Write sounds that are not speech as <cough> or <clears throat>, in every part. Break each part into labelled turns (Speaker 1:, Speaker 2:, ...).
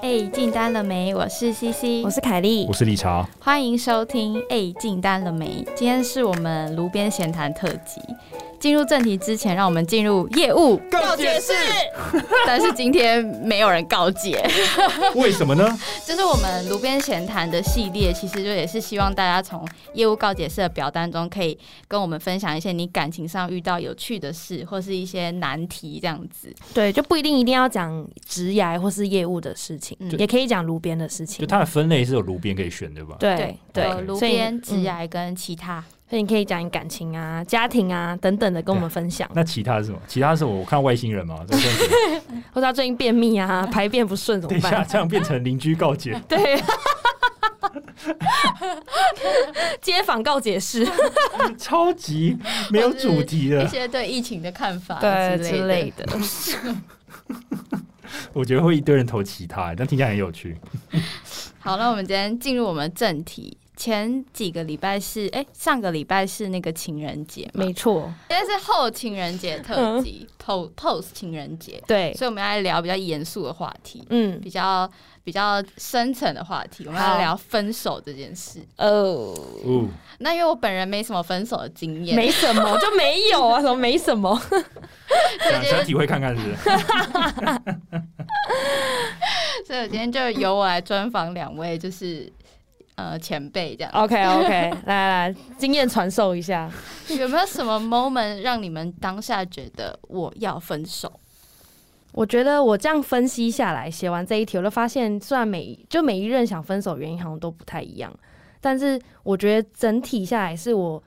Speaker 1: 哎，进单了没？我是 CC，
Speaker 2: 我是凯莉
Speaker 3: 我，是理查，
Speaker 1: 欢迎收听《哎，进单了没》。今天是我们炉边闲谈特辑。进入正题之前，让我们进入业务，
Speaker 3: 告解释
Speaker 1: <laughs> 但是今天没有人告解。
Speaker 3: <laughs> 为什么呢？
Speaker 1: 就是我们炉边闲谈的系列，其实就也是希望大家从业务告解式的表单中，可以跟我们分享一些你感情上遇到有趣的事，或是一些难题这样子。
Speaker 2: 对，就不一定一定要讲职涯或是业务的事情，
Speaker 1: 嗯
Speaker 2: 也可以讲炉边的事情
Speaker 3: <laughs> 就。它的分类是有炉边可以选，对吧？
Speaker 2: 对对，
Speaker 1: 呃
Speaker 3: 对
Speaker 1: 炉
Speaker 2: 所以
Speaker 1: 边、职
Speaker 2: 嗯
Speaker 1: 涯跟其他。
Speaker 2: 所以你可以讲你感情啊、家庭啊等等的跟我们分享，
Speaker 3: 那其他是什么？其他是我看外星人嘛？这算什么
Speaker 2: 或者他最近便秘啊、排便不顺怎
Speaker 3: 等一
Speaker 2: 么
Speaker 3: 下，
Speaker 2: 办？
Speaker 3: 这样变成邻居告解。
Speaker 2: 对， <laughs> 街访告解室，
Speaker 3: 超级没有主题
Speaker 1: 一
Speaker 3: 的，
Speaker 1: 些对疫情的看法
Speaker 2: 对
Speaker 1: 之
Speaker 2: 之
Speaker 1: 类
Speaker 2: 类
Speaker 1: 的。
Speaker 2: 的。
Speaker 3: 我觉得会一堆人投其他，但听起来很有趣。
Speaker 1: 好，那我们今天进入我们正题。前几个礼拜是哎、上个礼拜是那个情人节嘛，
Speaker 2: 没
Speaker 1: 今
Speaker 2: 错，嗯
Speaker 1: 天是后情人节特辑、p o post 情人节，
Speaker 2: 对，
Speaker 1: 所以我们要来聊比较严肃的话题，
Speaker 2: 嗯，
Speaker 1: 比较比较深层的话题，我们要
Speaker 2: 好
Speaker 1: 聊分手这件事。呃
Speaker 2: 哦，
Speaker 3: 哦，
Speaker 1: 那因为我本人没什么分手的经验，
Speaker 2: 没什么，就没有啊，什么
Speaker 1: <laughs>
Speaker 2: 没什么。
Speaker 3: 想想体会看看是不是？
Speaker 1: 所以我今天就由我来专访两位，就是呃前辈这样。
Speaker 2: OK OK，来来，经验传授一下。
Speaker 1: 有没有什么 moment 让你们当下觉得我要分手？
Speaker 2: 我觉得我这样分析下来，写完这一题，我就发现，虽然每就每一任想分手原因好像都不太一样，但是我觉得整体下来是我，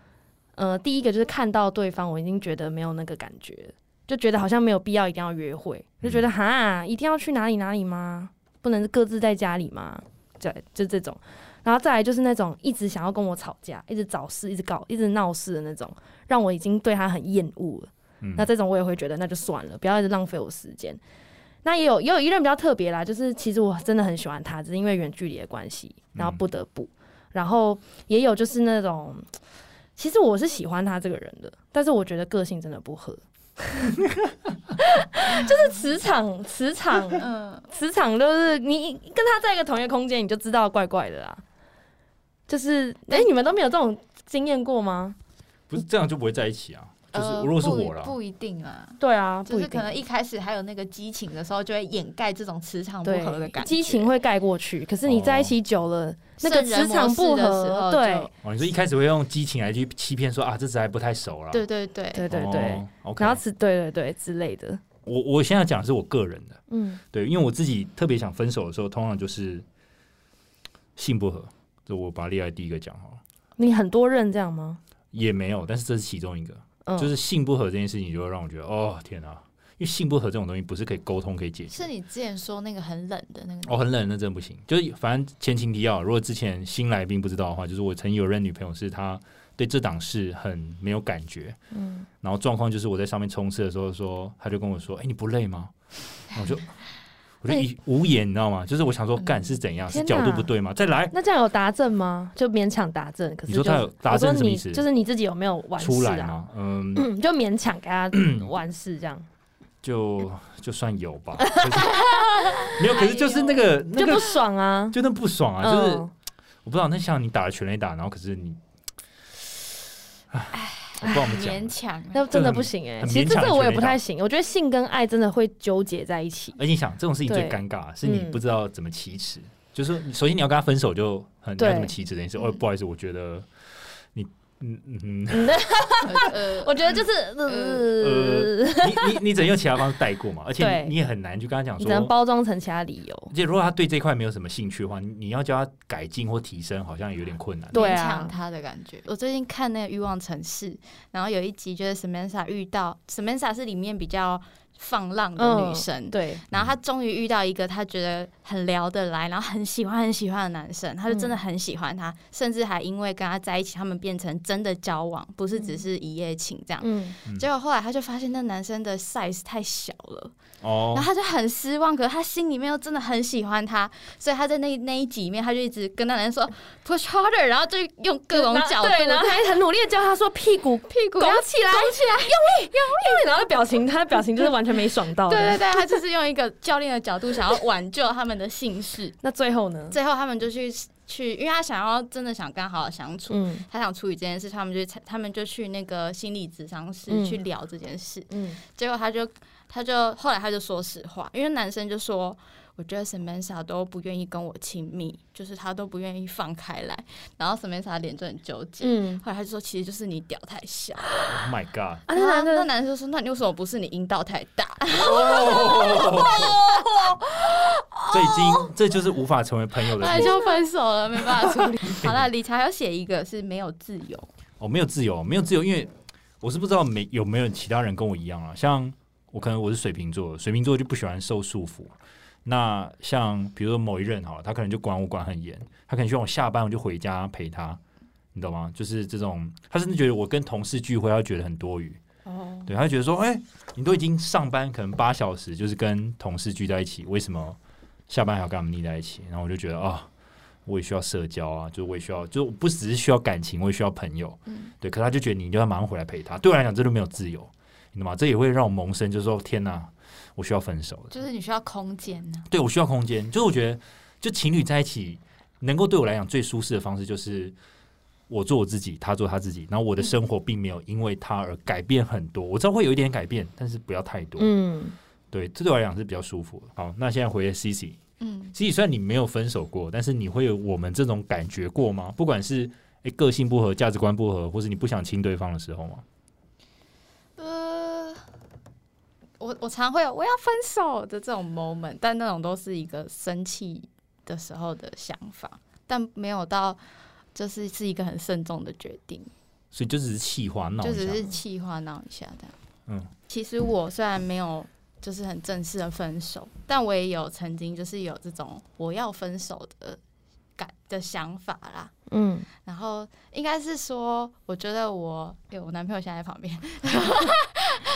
Speaker 2: 呃，第一个就是看到对方，我已经觉得没有那个感觉了，就觉得好像没有必要一定要约会，就觉得哈，一定要去哪里哪里吗？不能各自在家里吗？对，就这种。然后再来就是那种一直想要跟我吵架，一直找事，一直搞，一直闹事的那种，让我已经对他很厌恶了。
Speaker 3: 嗯
Speaker 2: 那这种我也会觉得那就算了，不要一直浪费我时间。那也有也有一任比较特别啦，就是其实我真的很喜欢他，只是因为远距离的关系，然后不得不。然后也有就是那种，其实我是喜欢他这个人的，但是我觉得个性真的不合， <laughs> 就是磁场磁场
Speaker 1: 嗯，
Speaker 2: 磁场就是你跟他在一个同一个空间，你就知道怪怪的啦。就是哎、你们都没有这种经验过吗？
Speaker 3: 不是这样就不会在一起啊？就是
Speaker 1: 呃
Speaker 3: 如果是
Speaker 1: 不一
Speaker 3: 我啦，
Speaker 1: 不一定啊，
Speaker 2: 对啊，
Speaker 1: 就
Speaker 2: 不一
Speaker 1: 是
Speaker 2: 定
Speaker 1: 可能一开始还有那个激情的时候，就会掩盖这种磁场不
Speaker 2: 对
Speaker 1: 合的感觉。
Speaker 2: 激情会盖过去，可是你在一起久了，那个
Speaker 1: 圣人
Speaker 2: 磁场不
Speaker 1: 模式的时
Speaker 2: 合，
Speaker 1: 候
Speaker 2: 对
Speaker 3: 哦，你说一开始会用激情来去欺骗说啊，这只还不太熟啦。
Speaker 1: 就，对对对，
Speaker 2: 对对对，
Speaker 3: 哦，OK
Speaker 2: 然后此对对对之类的，
Speaker 3: 我我现在讲的是我个人的，
Speaker 2: 嗯，
Speaker 3: 对，因为我自己特别想分手的时候，通常就是性不合，这我把它列在第一个讲好了，
Speaker 2: 你很多任这样吗？
Speaker 3: 也没有，但是这是其中一个，
Speaker 2: 嗯，
Speaker 3: 就是性不合这件事情，就会让我觉得哦天哪、因为性不合这种东西不是可以沟通可以解决，
Speaker 1: 是你之前说那个很冷的那个，
Speaker 3: 哦，很冷，那真的不行。就是反正前情提要，如果之前新来宾不知道的话，就是我曾有任女朋友是她对这档事很没有感觉，
Speaker 2: 嗯，
Speaker 3: 然后状况就是我在上面冲刺的时候说，她就跟我说：“哎、你不累吗？”然后我就我就一无言，你知道吗？就是我想说，干是怎样？是
Speaker 2: 哎嗯天
Speaker 3: 角度
Speaker 2: 哪
Speaker 3: 不对吗？再来
Speaker 2: 那这样有答证吗？就勉强答证，可是
Speaker 3: 你说
Speaker 2: 就
Speaker 3: 他有答证
Speaker 2: 我
Speaker 3: 什
Speaker 2: 说
Speaker 3: 么
Speaker 2: 你
Speaker 3: 意思
Speaker 2: 就是你自己有没有完
Speaker 3: 出
Speaker 2: 事
Speaker 3: 来
Speaker 2: 啊？
Speaker 3: 吗？嗯，
Speaker 2: 嗯，就勉强给他完事
Speaker 3: <clears throat>
Speaker 2: 这样，
Speaker 3: 就就算有
Speaker 2: <laughs>
Speaker 3: 吧，就是、没有。可是就是那个那
Speaker 2: 就
Speaker 3: 个
Speaker 2: 不爽啊，
Speaker 3: 就那不爽啊，就是
Speaker 2: 嗯，
Speaker 3: 我不知道，那像你打了全垒打，然后可是你，唉，我不知道我们讲
Speaker 1: 勉。强啊。
Speaker 2: 那真的不行哎，
Speaker 3: 很
Speaker 2: 其实
Speaker 3: 勉
Speaker 2: 这
Speaker 3: 强
Speaker 2: 这
Speaker 3: 的
Speaker 2: 我也
Speaker 3: 全垒
Speaker 2: 不太
Speaker 3: 打
Speaker 2: 行，我觉得性跟爱真的会纠结在一
Speaker 3: <laughs>
Speaker 2: 起，
Speaker 3: 而且你想，这种事情最
Speaker 2: 对
Speaker 3: 尴尬是你
Speaker 2: 嗯
Speaker 3: 不知道怎么启齿，就是说你首先你要跟他分手就很你
Speaker 2: 对
Speaker 3: 要怎么启齿这件事。哦，
Speaker 1: 嗯
Speaker 3: 不好意思，我觉得你，嗯嗯嗯，
Speaker 1: 呃，
Speaker 2: 我觉得就是
Speaker 3: 呃
Speaker 2: 呃，
Speaker 3: 你你你只能用其他方式带过
Speaker 2: <laughs>
Speaker 3: 嘛，而且
Speaker 2: 对
Speaker 3: 你你也很难去跟他讲
Speaker 2: 你只能
Speaker 3: 说。
Speaker 2: 包装成其他理由，
Speaker 3: 而且如果他对这块没有什么兴趣的话，你你要叫他改进或提升，好像有点困难。
Speaker 2: 对
Speaker 1: 勉
Speaker 2: 啊
Speaker 1: 强他的感觉。我最近看那个《欲望城市》，然后有一集就是 Samantha 遇到 Samantha 是里面比较放浪的
Speaker 2: 嗯
Speaker 1: 女生，
Speaker 2: 对，
Speaker 1: 然后她终于遇到一个她觉得很聊得来，然后很喜欢很喜欢的男生，她就真的很喜欢他，甚至还因为跟他在一起，他们变成真的交往，不是只是一夜情这样。
Speaker 2: 嗯，
Speaker 3: 嗯
Speaker 1: 结果后来她就发现那男生的 size 太小了，
Speaker 3: 哦
Speaker 1: 然后，她就很失望。可是她心里面又真的很喜欢他，所以她在那那一集里面，她就一直跟那男生说 push harder，然后就用各种角度，
Speaker 2: 对，然后还很努力的教他说屁股
Speaker 1: 屁股
Speaker 2: 拱
Speaker 1: 要
Speaker 2: 起来，
Speaker 1: 拱起来，
Speaker 2: 用力，用力，然后表情，他的表情就是完完全没爽到的。
Speaker 1: 对对对，他就是用一个教练的角度想要挽救他们的姓氏，
Speaker 3: <laughs>
Speaker 2: 那最后呢？
Speaker 1: 最后他们就去去，因为他想要真的想跟他好好相处，
Speaker 2: 嗯
Speaker 1: 他想处理这件事，他们就去他们就去那个心理咨商室、
Speaker 2: 嗯
Speaker 1: 去聊这件事，
Speaker 2: 嗯，
Speaker 1: 结果他就他就后来他就说实话，因为男生就说。我觉得 Samantha 都不愿意跟我亲密，就是他都不愿意放开来，然后 Samantha 脸就很纠结。
Speaker 2: 嗯
Speaker 1: 后来他就说，其实就是你屌太小。
Speaker 3: Oh my
Speaker 2: <laughs>
Speaker 3: god！
Speaker 2: 啊，
Speaker 1: 然
Speaker 2: 那
Speaker 1: 后
Speaker 2: 男
Speaker 1: 那
Speaker 2: 的
Speaker 1: 男生就说，那你为什么不是你阴道太 <laughs> 大？
Speaker 3: 这已经这就是无法成为朋友的
Speaker 1: 后来就分手了，没办法处 <laughs> 理。好了，理查还要写一个是没有自由，
Speaker 3: 哦，没有自由，没有自由，因为我是不知道没有没有其他人跟我一样啊。像我可能我是水瓶座，水瓶座就不喜欢受束缚。那像比如说某一任好了，他可能就管我管很严，他可能希望我下班我就回家陪他，你懂吗？就是这种，他甚至觉得我跟同事聚会，他觉得很多余。
Speaker 2: 哦，
Speaker 3: 对，他觉得说，哎、你都已经上班可能八小时，就是跟同事聚在一起，为什么下班还要跟他们腻在一起？然后我就觉得啊、我也需要社交啊，就是我也需要，就是我不只是需要感情，我也需要朋友。
Speaker 1: 嗯
Speaker 3: 对，可是他就觉得你一定要马上回来陪他，对我来讲，这就没有自由，你懂吗？这也会让我萌生，就是说，天哪，我需要分手了。
Speaker 1: 就是你需要空间呢、
Speaker 3: 对我需要空间，就是我觉得，就情侣在一起，能够对我来讲最舒适的方式就是。我做我自己，他做他自己，然后我的
Speaker 1: 嗯
Speaker 3: 生活并没有因为他而改变很多。我知道会有一点改变，但是不要太多。
Speaker 2: 嗯，
Speaker 3: 对，这对我来讲是比较舒服的。好，那现在回 C C，
Speaker 1: 嗯，
Speaker 3: C C 虽然你没有分手过，但是你会有我们这种感觉过吗？不管是诶个性不合、价值观不合，或是你不想亲对方的时候吗？
Speaker 1: 呃，我我常会有我要分手的这种 moment，但那种都是一个生气的时候的想法，但没有到就是是一个很慎重的决定，
Speaker 3: 所以就只是气话闹
Speaker 1: 就
Speaker 3: 一
Speaker 1: 只
Speaker 3: 下。
Speaker 1: 是气话闹一下这样。
Speaker 3: 嗯，
Speaker 1: 其实我虽然没有就是很正式的分手，但我也有曾经就是有这种我要分手的感的想法啦。
Speaker 2: 嗯，
Speaker 1: 然后应该是说，我觉得我，哎、我男朋友现在在旁边， <laughs>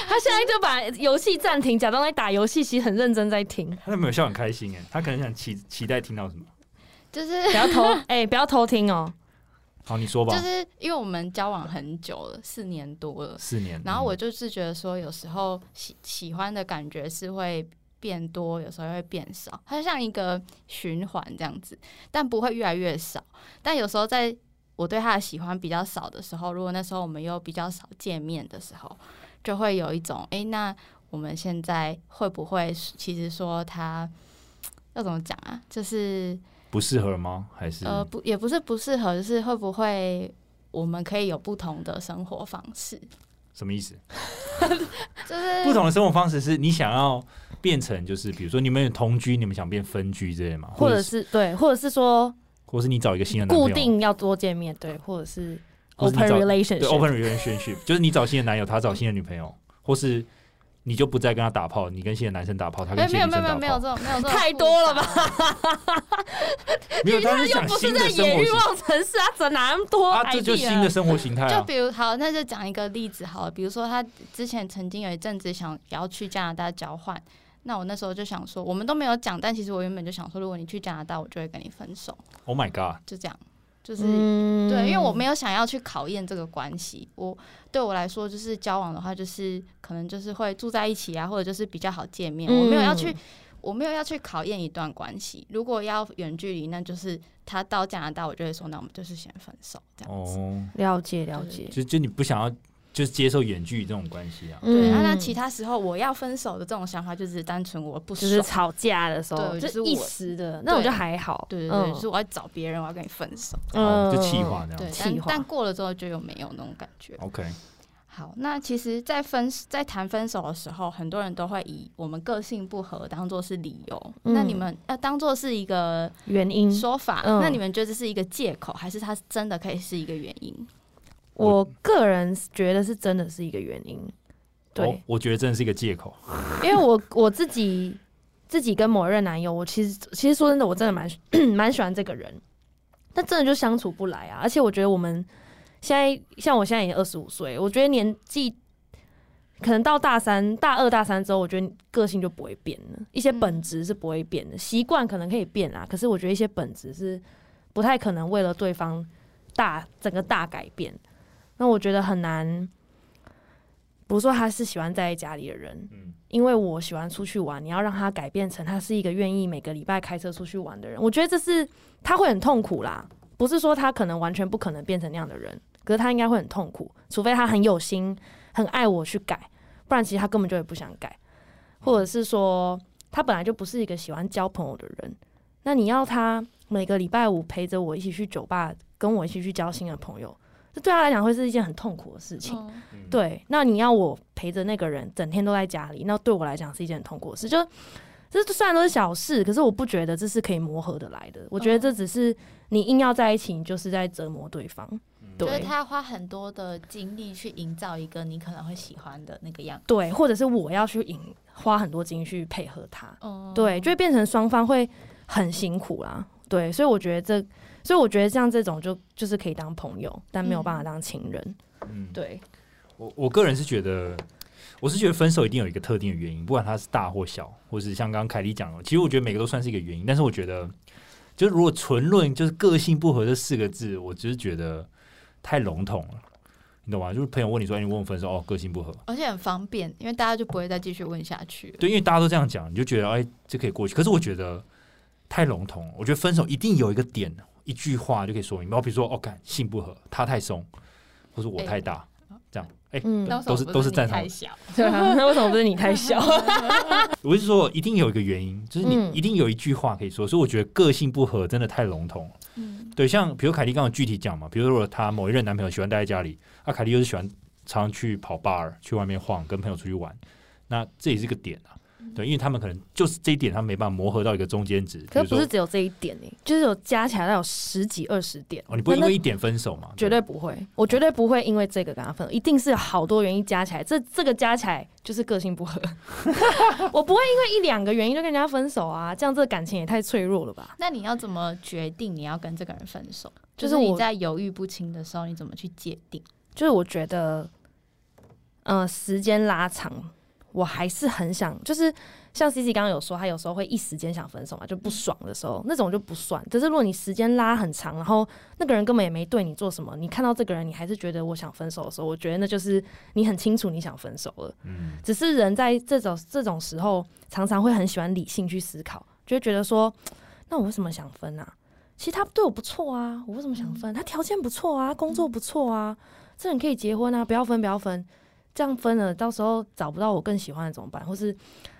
Speaker 2: 他现在就把游戏暂停，假装在打游戏，其实很认真在 <laughs> 听。
Speaker 3: 他没有笑很开心诶，他可能想期期待听到什么。
Speaker 1: 就是
Speaker 2: 不要偷，哎、不要偷听哦。
Speaker 3: 好，你说吧。
Speaker 1: 就是因为我们交往很久了，四年多了，
Speaker 3: 四年，
Speaker 1: 然后我
Speaker 3: 嗯
Speaker 1: 就是觉得说，有时候喜喜欢的感觉是会变多，有时候会变少，它就像一个循环这样子，但不会越来越少。但有时候在我对他的喜欢比较少的时候，如果那时候我们又比较少见面的时候，就会有一种，诶，那我们现在会不会其实说他要怎么讲啊？就是
Speaker 3: 不适合吗？还是
Speaker 1: 呃，不，也不是不适合，就是会不会我们可以有不同的生活方式？
Speaker 3: 什么意思？
Speaker 1: 就是
Speaker 3: 不同的生活方式是你想要变成，就是比如说你们有同居，你们想变分居之类吗？
Speaker 2: 或者
Speaker 3: 者，
Speaker 2: 是对，或者是说
Speaker 3: 或者是你找一个新的男朋友
Speaker 2: 固定要多见面，对，或者是
Speaker 3: 或是
Speaker 2: open
Speaker 3: 你找对
Speaker 2: relationship，
Speaker 3: open relationship，就是你找新的男友，他找新的女朋友，或是你就不再跟他打炮，你跟新的男生打炮，他
Speaker 1: 哎
Speaker 3: 跟，新
Speaker 1: 没
Speaker 3: 的
Speaker 1: 有
Speaker 3: 女
Speaker 1: 没有
Speaker 3: 生
Speaker 1: 没
Speaker 3: 打
Speaker 1: 有没有这种没有
Speaker 3: 炮，
Speaker 1: 这种
Speaker 2: 太多了吧
Speaker 1: 复杂？
Speaker 3: 没有，他是想
Speaker 2: 不是
Speaker 3: 新
Speaker 2: 在
Speaker 3: 的生
Speaker 2: 演
Speaker 3: 活
Speaker 2: 欲
Speaker 3: 形
Speaker 2: 望城市，他怎哪那么多
Speaker 3: 啊，这就
Speaker 2: idea
Speaker 3: 新的生活形 <laughs> 态
Speaker 1: 就
Speaker 3: 啊。
Speaker 1: 比如好，那就讲一个例子好了，比如说他之前曾经有一阵子想要去加拿大交换。那我那时候就想说，我们都没有讲，但其实我原本就想说，如果你去加拿大，我就会跟你分手，
Speaker 3: Oh my god！
Speaker 1: 就这样，就是、
Speaker 2: 嗯
Speaker 1: 对，因为我没有想要去考验这个关系。我对我来说，就是交往的话，就是可能就是会住在一起啊，或者就是比较好见面。我没有要去
Speaker 2: 嗯，
Speaker 1: 我没有要去考验一段关系。如果要远距离，那就是他到加拿大，我就会说，那我们就是先分手这样子。
Speaker 3: 哦，
Speaker 2: 了解了解，
Speaker 3: 就就你不想要，就是接受远距离这种关系啊。
Speaker 1: 对，
Speaker 2: 嗯
Speaker 1: 那、那其他时候我要分手的这种想法，就只是单纯我不
Speaker 2: 就
Speaker 1: 爽。
Speaker 2: 是吵架的时候，
Speaker 1: 对就
Speaker 2: 就
Speaker 1: 是
Speaker 2: 是
Speaker 1: 我
Speaker 2: 一时的那种就还好，
Speaker 1: 对对对，
Speaker 2: 嗯
Speaker 1: 就是嗯我要找别人，我要跟你分手。
Speaker 3: 哦，就气话这
Speaker 1: 对
Speaker 3: 样。，
Speaker 1: 但
Speaker 2: 气话
Speaker 1: 但过了之后就又没有那种感觉。
Speaker 3: OK，哦
Speaker 1: 好，那其实，在分在谈分手的时候，很多人都会以我们个性不合当做是理由。
Speaker 2: 嗯
Speaker 1: 那你们要当做是一个
Speaker 2: 原因。
Speaker 1: 说法，
Speaker 2: 嗯
Speaker 1: 那你们觉得这是一个借口，还是它真的可以是一个原因？
Speaker 2: 我个人觉得是真的是一个原因，
Speaker 3: 我
Speaker 2: 对，
Speaker 3: 我觉得真的是一个借口。
Speaker 2: 因为我我自己自己跟某任男友，我其实其实说真的，我真的蛮 <coughs> 蛮喜欢这个人，但真的就相处不来啊。而且我觉得我们现在像我现在已经二十五岁，我觉得年纪可能到大三、大二、大三之后，我觉得个性就不会变了，一些本质是不会变的，习惯可能可以变啊，可是我觉得一些本质是不太可能为了对方大整个大改变。那我觉得很难，不是说他是喜欢待在家里的人，
Speaker 3: 嗯，
Speaker 2: 因为我喜欢出去玩，你要让他改变成他是一个愿意每个礼拜开车出去玩的人。我觉得这是他会很痛苦啦，不是说他可能完全不可能变成那样的人，可是他应该会很痛苦，除非他很有心、很爱我去改，不然其实他根本就也不想改，或者是说他本来就不是一个喜欢交朋友的人。那你要他每个礼拜五陪着我一起去酒吧，跟我一起去交新的朋友，这对他来讲会是一件很痛苦的事情。
Speaker 1: 嗯
Speaker 3: 嗯，
Speaker 2: 对，那你要我陪着那个人整天都在家里，那对我来讲是一件很痛苦的事。就这虽然都是小事，可是我不觉得这是可以磨合的来的。我觉得这只是你硬要在一起，你就是在折磨对方。
Speaker 3: 嗯
Speaker 4: 就是
Speaker 2: 对
Speaker 4: 他要花很多的精力去营造一个你可能会喜欢的那个样子。
Speaker 2: 对，或者是我要去引花很多精力去配合他，
Speaker 4: 哦
Speaker 2: 对，就会变成双方会很辛苦啦。对，所以我觉得这，所以我觉得像这种就就是可以当朋友，但没有办法当情人。
Speaker 3: 嗯，
Speaker 2: 对，
Speaker 3: 我我个人是觉得，我是觉得分手一定有一个特定的原因，不管它是大或小，或是像刚刚凯莉讲的，其实我觉得每个都算是一个原因。但是我觉得，就是如果纯论就是个性不合这四个字，我只是觉得太笼统了，你懂吗？就是朋友问你说，哎，你问我分手，哦，个性不合，
Speaker 1: 而且很方便，因为大家就不会再继续问下去了。
Speaker 3: 对，因为大家都这样讲，你就觉得哎，这可以过去。可是我觉得太笼统了，我觉得分手一定有一个点，一句话就可以说明。然后比如说，哦，感性不合，他太松，或者我
Speaker 1: 哎
Speaker 3: 太大，这样，哎、
Speaker 2: 嗯，
Speaker 3: 都是都是赞同
Speaker 4: 太。小，
Speaker 1: 嗯
Speaker 2: 对啊， <laughs> 那为什么不是你太小？
Speaker 3: 我是说，一定有一个原因，就是你
Speaker 2: 嗯
Speaker 3: 一定有一句话可以说。所以我觉得个性不合真的太笼统了。
Speaker 1: 嗯，
Speaker 3: 对，像比如凯莉刚刚有具体讲嘛，比如说如果她某一任男朋友喜欢待在家里，啊，凯莉又是喜欢常常去跑 bar 去外面晃，跟朋友出去玩，那这也是个点啊。对，因为他们可能就是这一点，他们没办法磨合到一个中间值。比
Speaker 2: 可
Speaker 3: 如
Speaker 2: 是不
Speaker 3: 说
Speaker 2: 是，只有这一点呢、就是有加起来要有十几二十点。
Speaker 3: 哦，你不会因
Speaker 2: 那
Speaker 3: 为一点分手嘛？
Speaker 2: 绝对不会，我绝对不会因为这个跟他分手，一定是有好多原因加起来。这这个加起来就是个性不合， <laughs> 我不会因为一两个原因就跟人家分手啊，这样这个感情也太脆弱了吧？
Speaker 1: 那你要怎么决定你要跟这个人分手？就
Speaker 2: 就
Speaker 1: 是是你
Speaker 2: 我
Speaker 1: 在犹豫不清的时候，你怎么去界定？
Speaker 2: 就是我觉得，呃，时间拉长，我还是很想，就是像 C C 刚刚有说，他有时候会一时间想分手嘛，就不爽的时候，那种就不算。可是如果你时间拉很长，然后那个人根本也没对你做什么，你看到这个人，你还是觉得我想分手的时候，我觉得那就是你很清楚你想分手了。
Speaker 3: 嗯，
Speaker 2: 只是人在这种这种时候，常常会很喜欢理性去思考，就会觉得说，那我为什么想分啊？其实他对我不错啊，我为什么想分？他条件不错啊，工作不错啊，这人可以结婚啊，不要分，不要分。这样分了，到时候找不到我更喜欢的怎么办？或是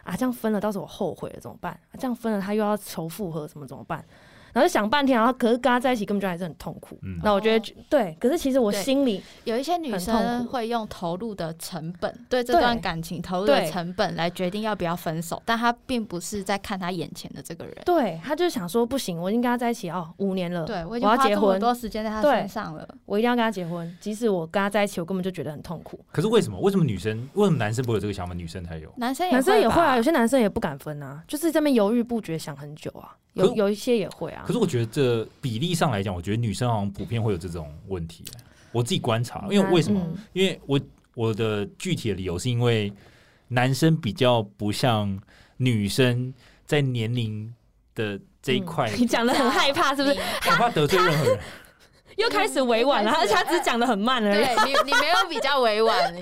Speaker 2: 啊，这样分了，到时候我后悔了怎么办？啊、这样分了，他又要求复合，什么怎么办？然后就想半天，然后可是跟他在一起根本就还是很痛苦。
Speaker 3: 嗯
Speaker 2: 那、我觉得就对，可是其实我
Speaker 1: 对
Speaker 2: 心里
Speaker 1: 有一些女
Speaker 2: 很痛
Speaker 1: 生
Speaker 2: 苦
Speaker 1: 会用投入的成本，对这
Speaker 2: 对
Speaker 1: 段感情投入的
Speaker 2: 对
Speaker 1: 成本来决定要不要分手，但她并不是在看她眼前的这个人。
Speaker 2: 对他就想说，不行，我已经跟他在一起哦五年了，
Speaker 1: 对，我已
Speaker 2: 我
Speaker 1: 经
Speaker 2: 要
Speaker 1: 花
Speaker 2: 结
Speaker 1: 这么
Speaker 2: 婚
Speaker 1: 多时间在她
Speaker 2: 对
Speaker 1: 身上了。
Speaker 2: 我一定要跟他结婚，即使我跟他在一起，我根本就觉得很痛苦。
Speaker 3: 可是为什么？为什么女生？为什么男生不会有这个想法，女生才有？
Speaker 1: 男生
Speaker 2: 男生也会
Speaker 1: 吧
Speaker 2: 啊，有些男生也不敢分啊，就是这边犹豫不决，想很久啊。
Speaker 3: 可
Speaker 2: 有
Speaker 3: 是
Speaker 2: 有一些也会啊
Speaker 3: 可，是我觉得这比例上来讲，我觉得女生好像普遍会有这种问题。欸我自己观察，因为为什么？
Speaker 2: 嗯
Speaker 3: 因为我我的具体的理由是因为男生比较不像女生在年龄的这
Speaker 2: 嗯
Speaker 3: 一块，
Speaker 2: 你 <laughs> 讲的很害怕，是不是？
Speaker 3: 我怕得罪任何人。
Speaker 2: 又开始委婉了，
Speaker 1: 又
Speaker 2: 而
Speaker 1: 开始
Speaker 2: 且他只是讲的很慢而已。
Speaker 1: 对你，你没有比较委婉， <laughs> 你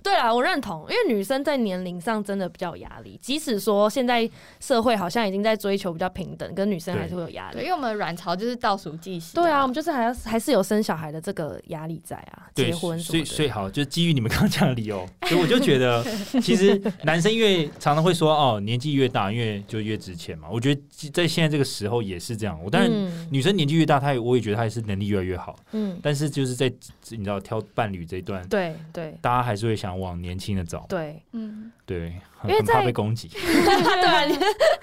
Speaker 2: 对啦，我认同，因为女生在年龄上真的比较有压力，即使说现在社会好像已经在追求比较平等，跟女生还是会有压
Speaker 1: 对，因
Speaker 2: 力。
Speaker 1: 为我们的卵巢就是倒数计时。
Speaker 2: 对啊，我，们就是还要还是有生小孩的这个压力在啊，
Speaker 3: 对，
Speaker 2: 结婚什
Speaker 3: 所
Speaker 2: 么
Speaker 3: 以所以
Speaker 2: 的。
Speaker 3: 好，就基于你们刚刚讲的理由，所以我就觉
Speaker 2: <laughs>
Speaker 3: 得，其实男生因为常常会说哦，年纪越大越就越值钱嘛。我觉得在现在这个时候也是这样。我当然
Speaker 2: 嗯
Speaker 3: 女生年纪越大，她也我也觉得她也是能力越来越好，
Speaker 2: 嗯，
Speaker 3: 但是就是在你知道挑伴侣这一段，
Speaker 2: 对对
Speaker 3: 大家还是会想往年轻的找。
Speaker 2: 对，
Speaker 1: 嗯，
Speaker 3: 对，
Speaker 2: 因
Speaker 3: 很
Speaker 2: 为
Speaker 3: 很怕
Speaker 2: 在
Speaker 3: 被攻击。
Speaker 2: <laughs> 对啊，你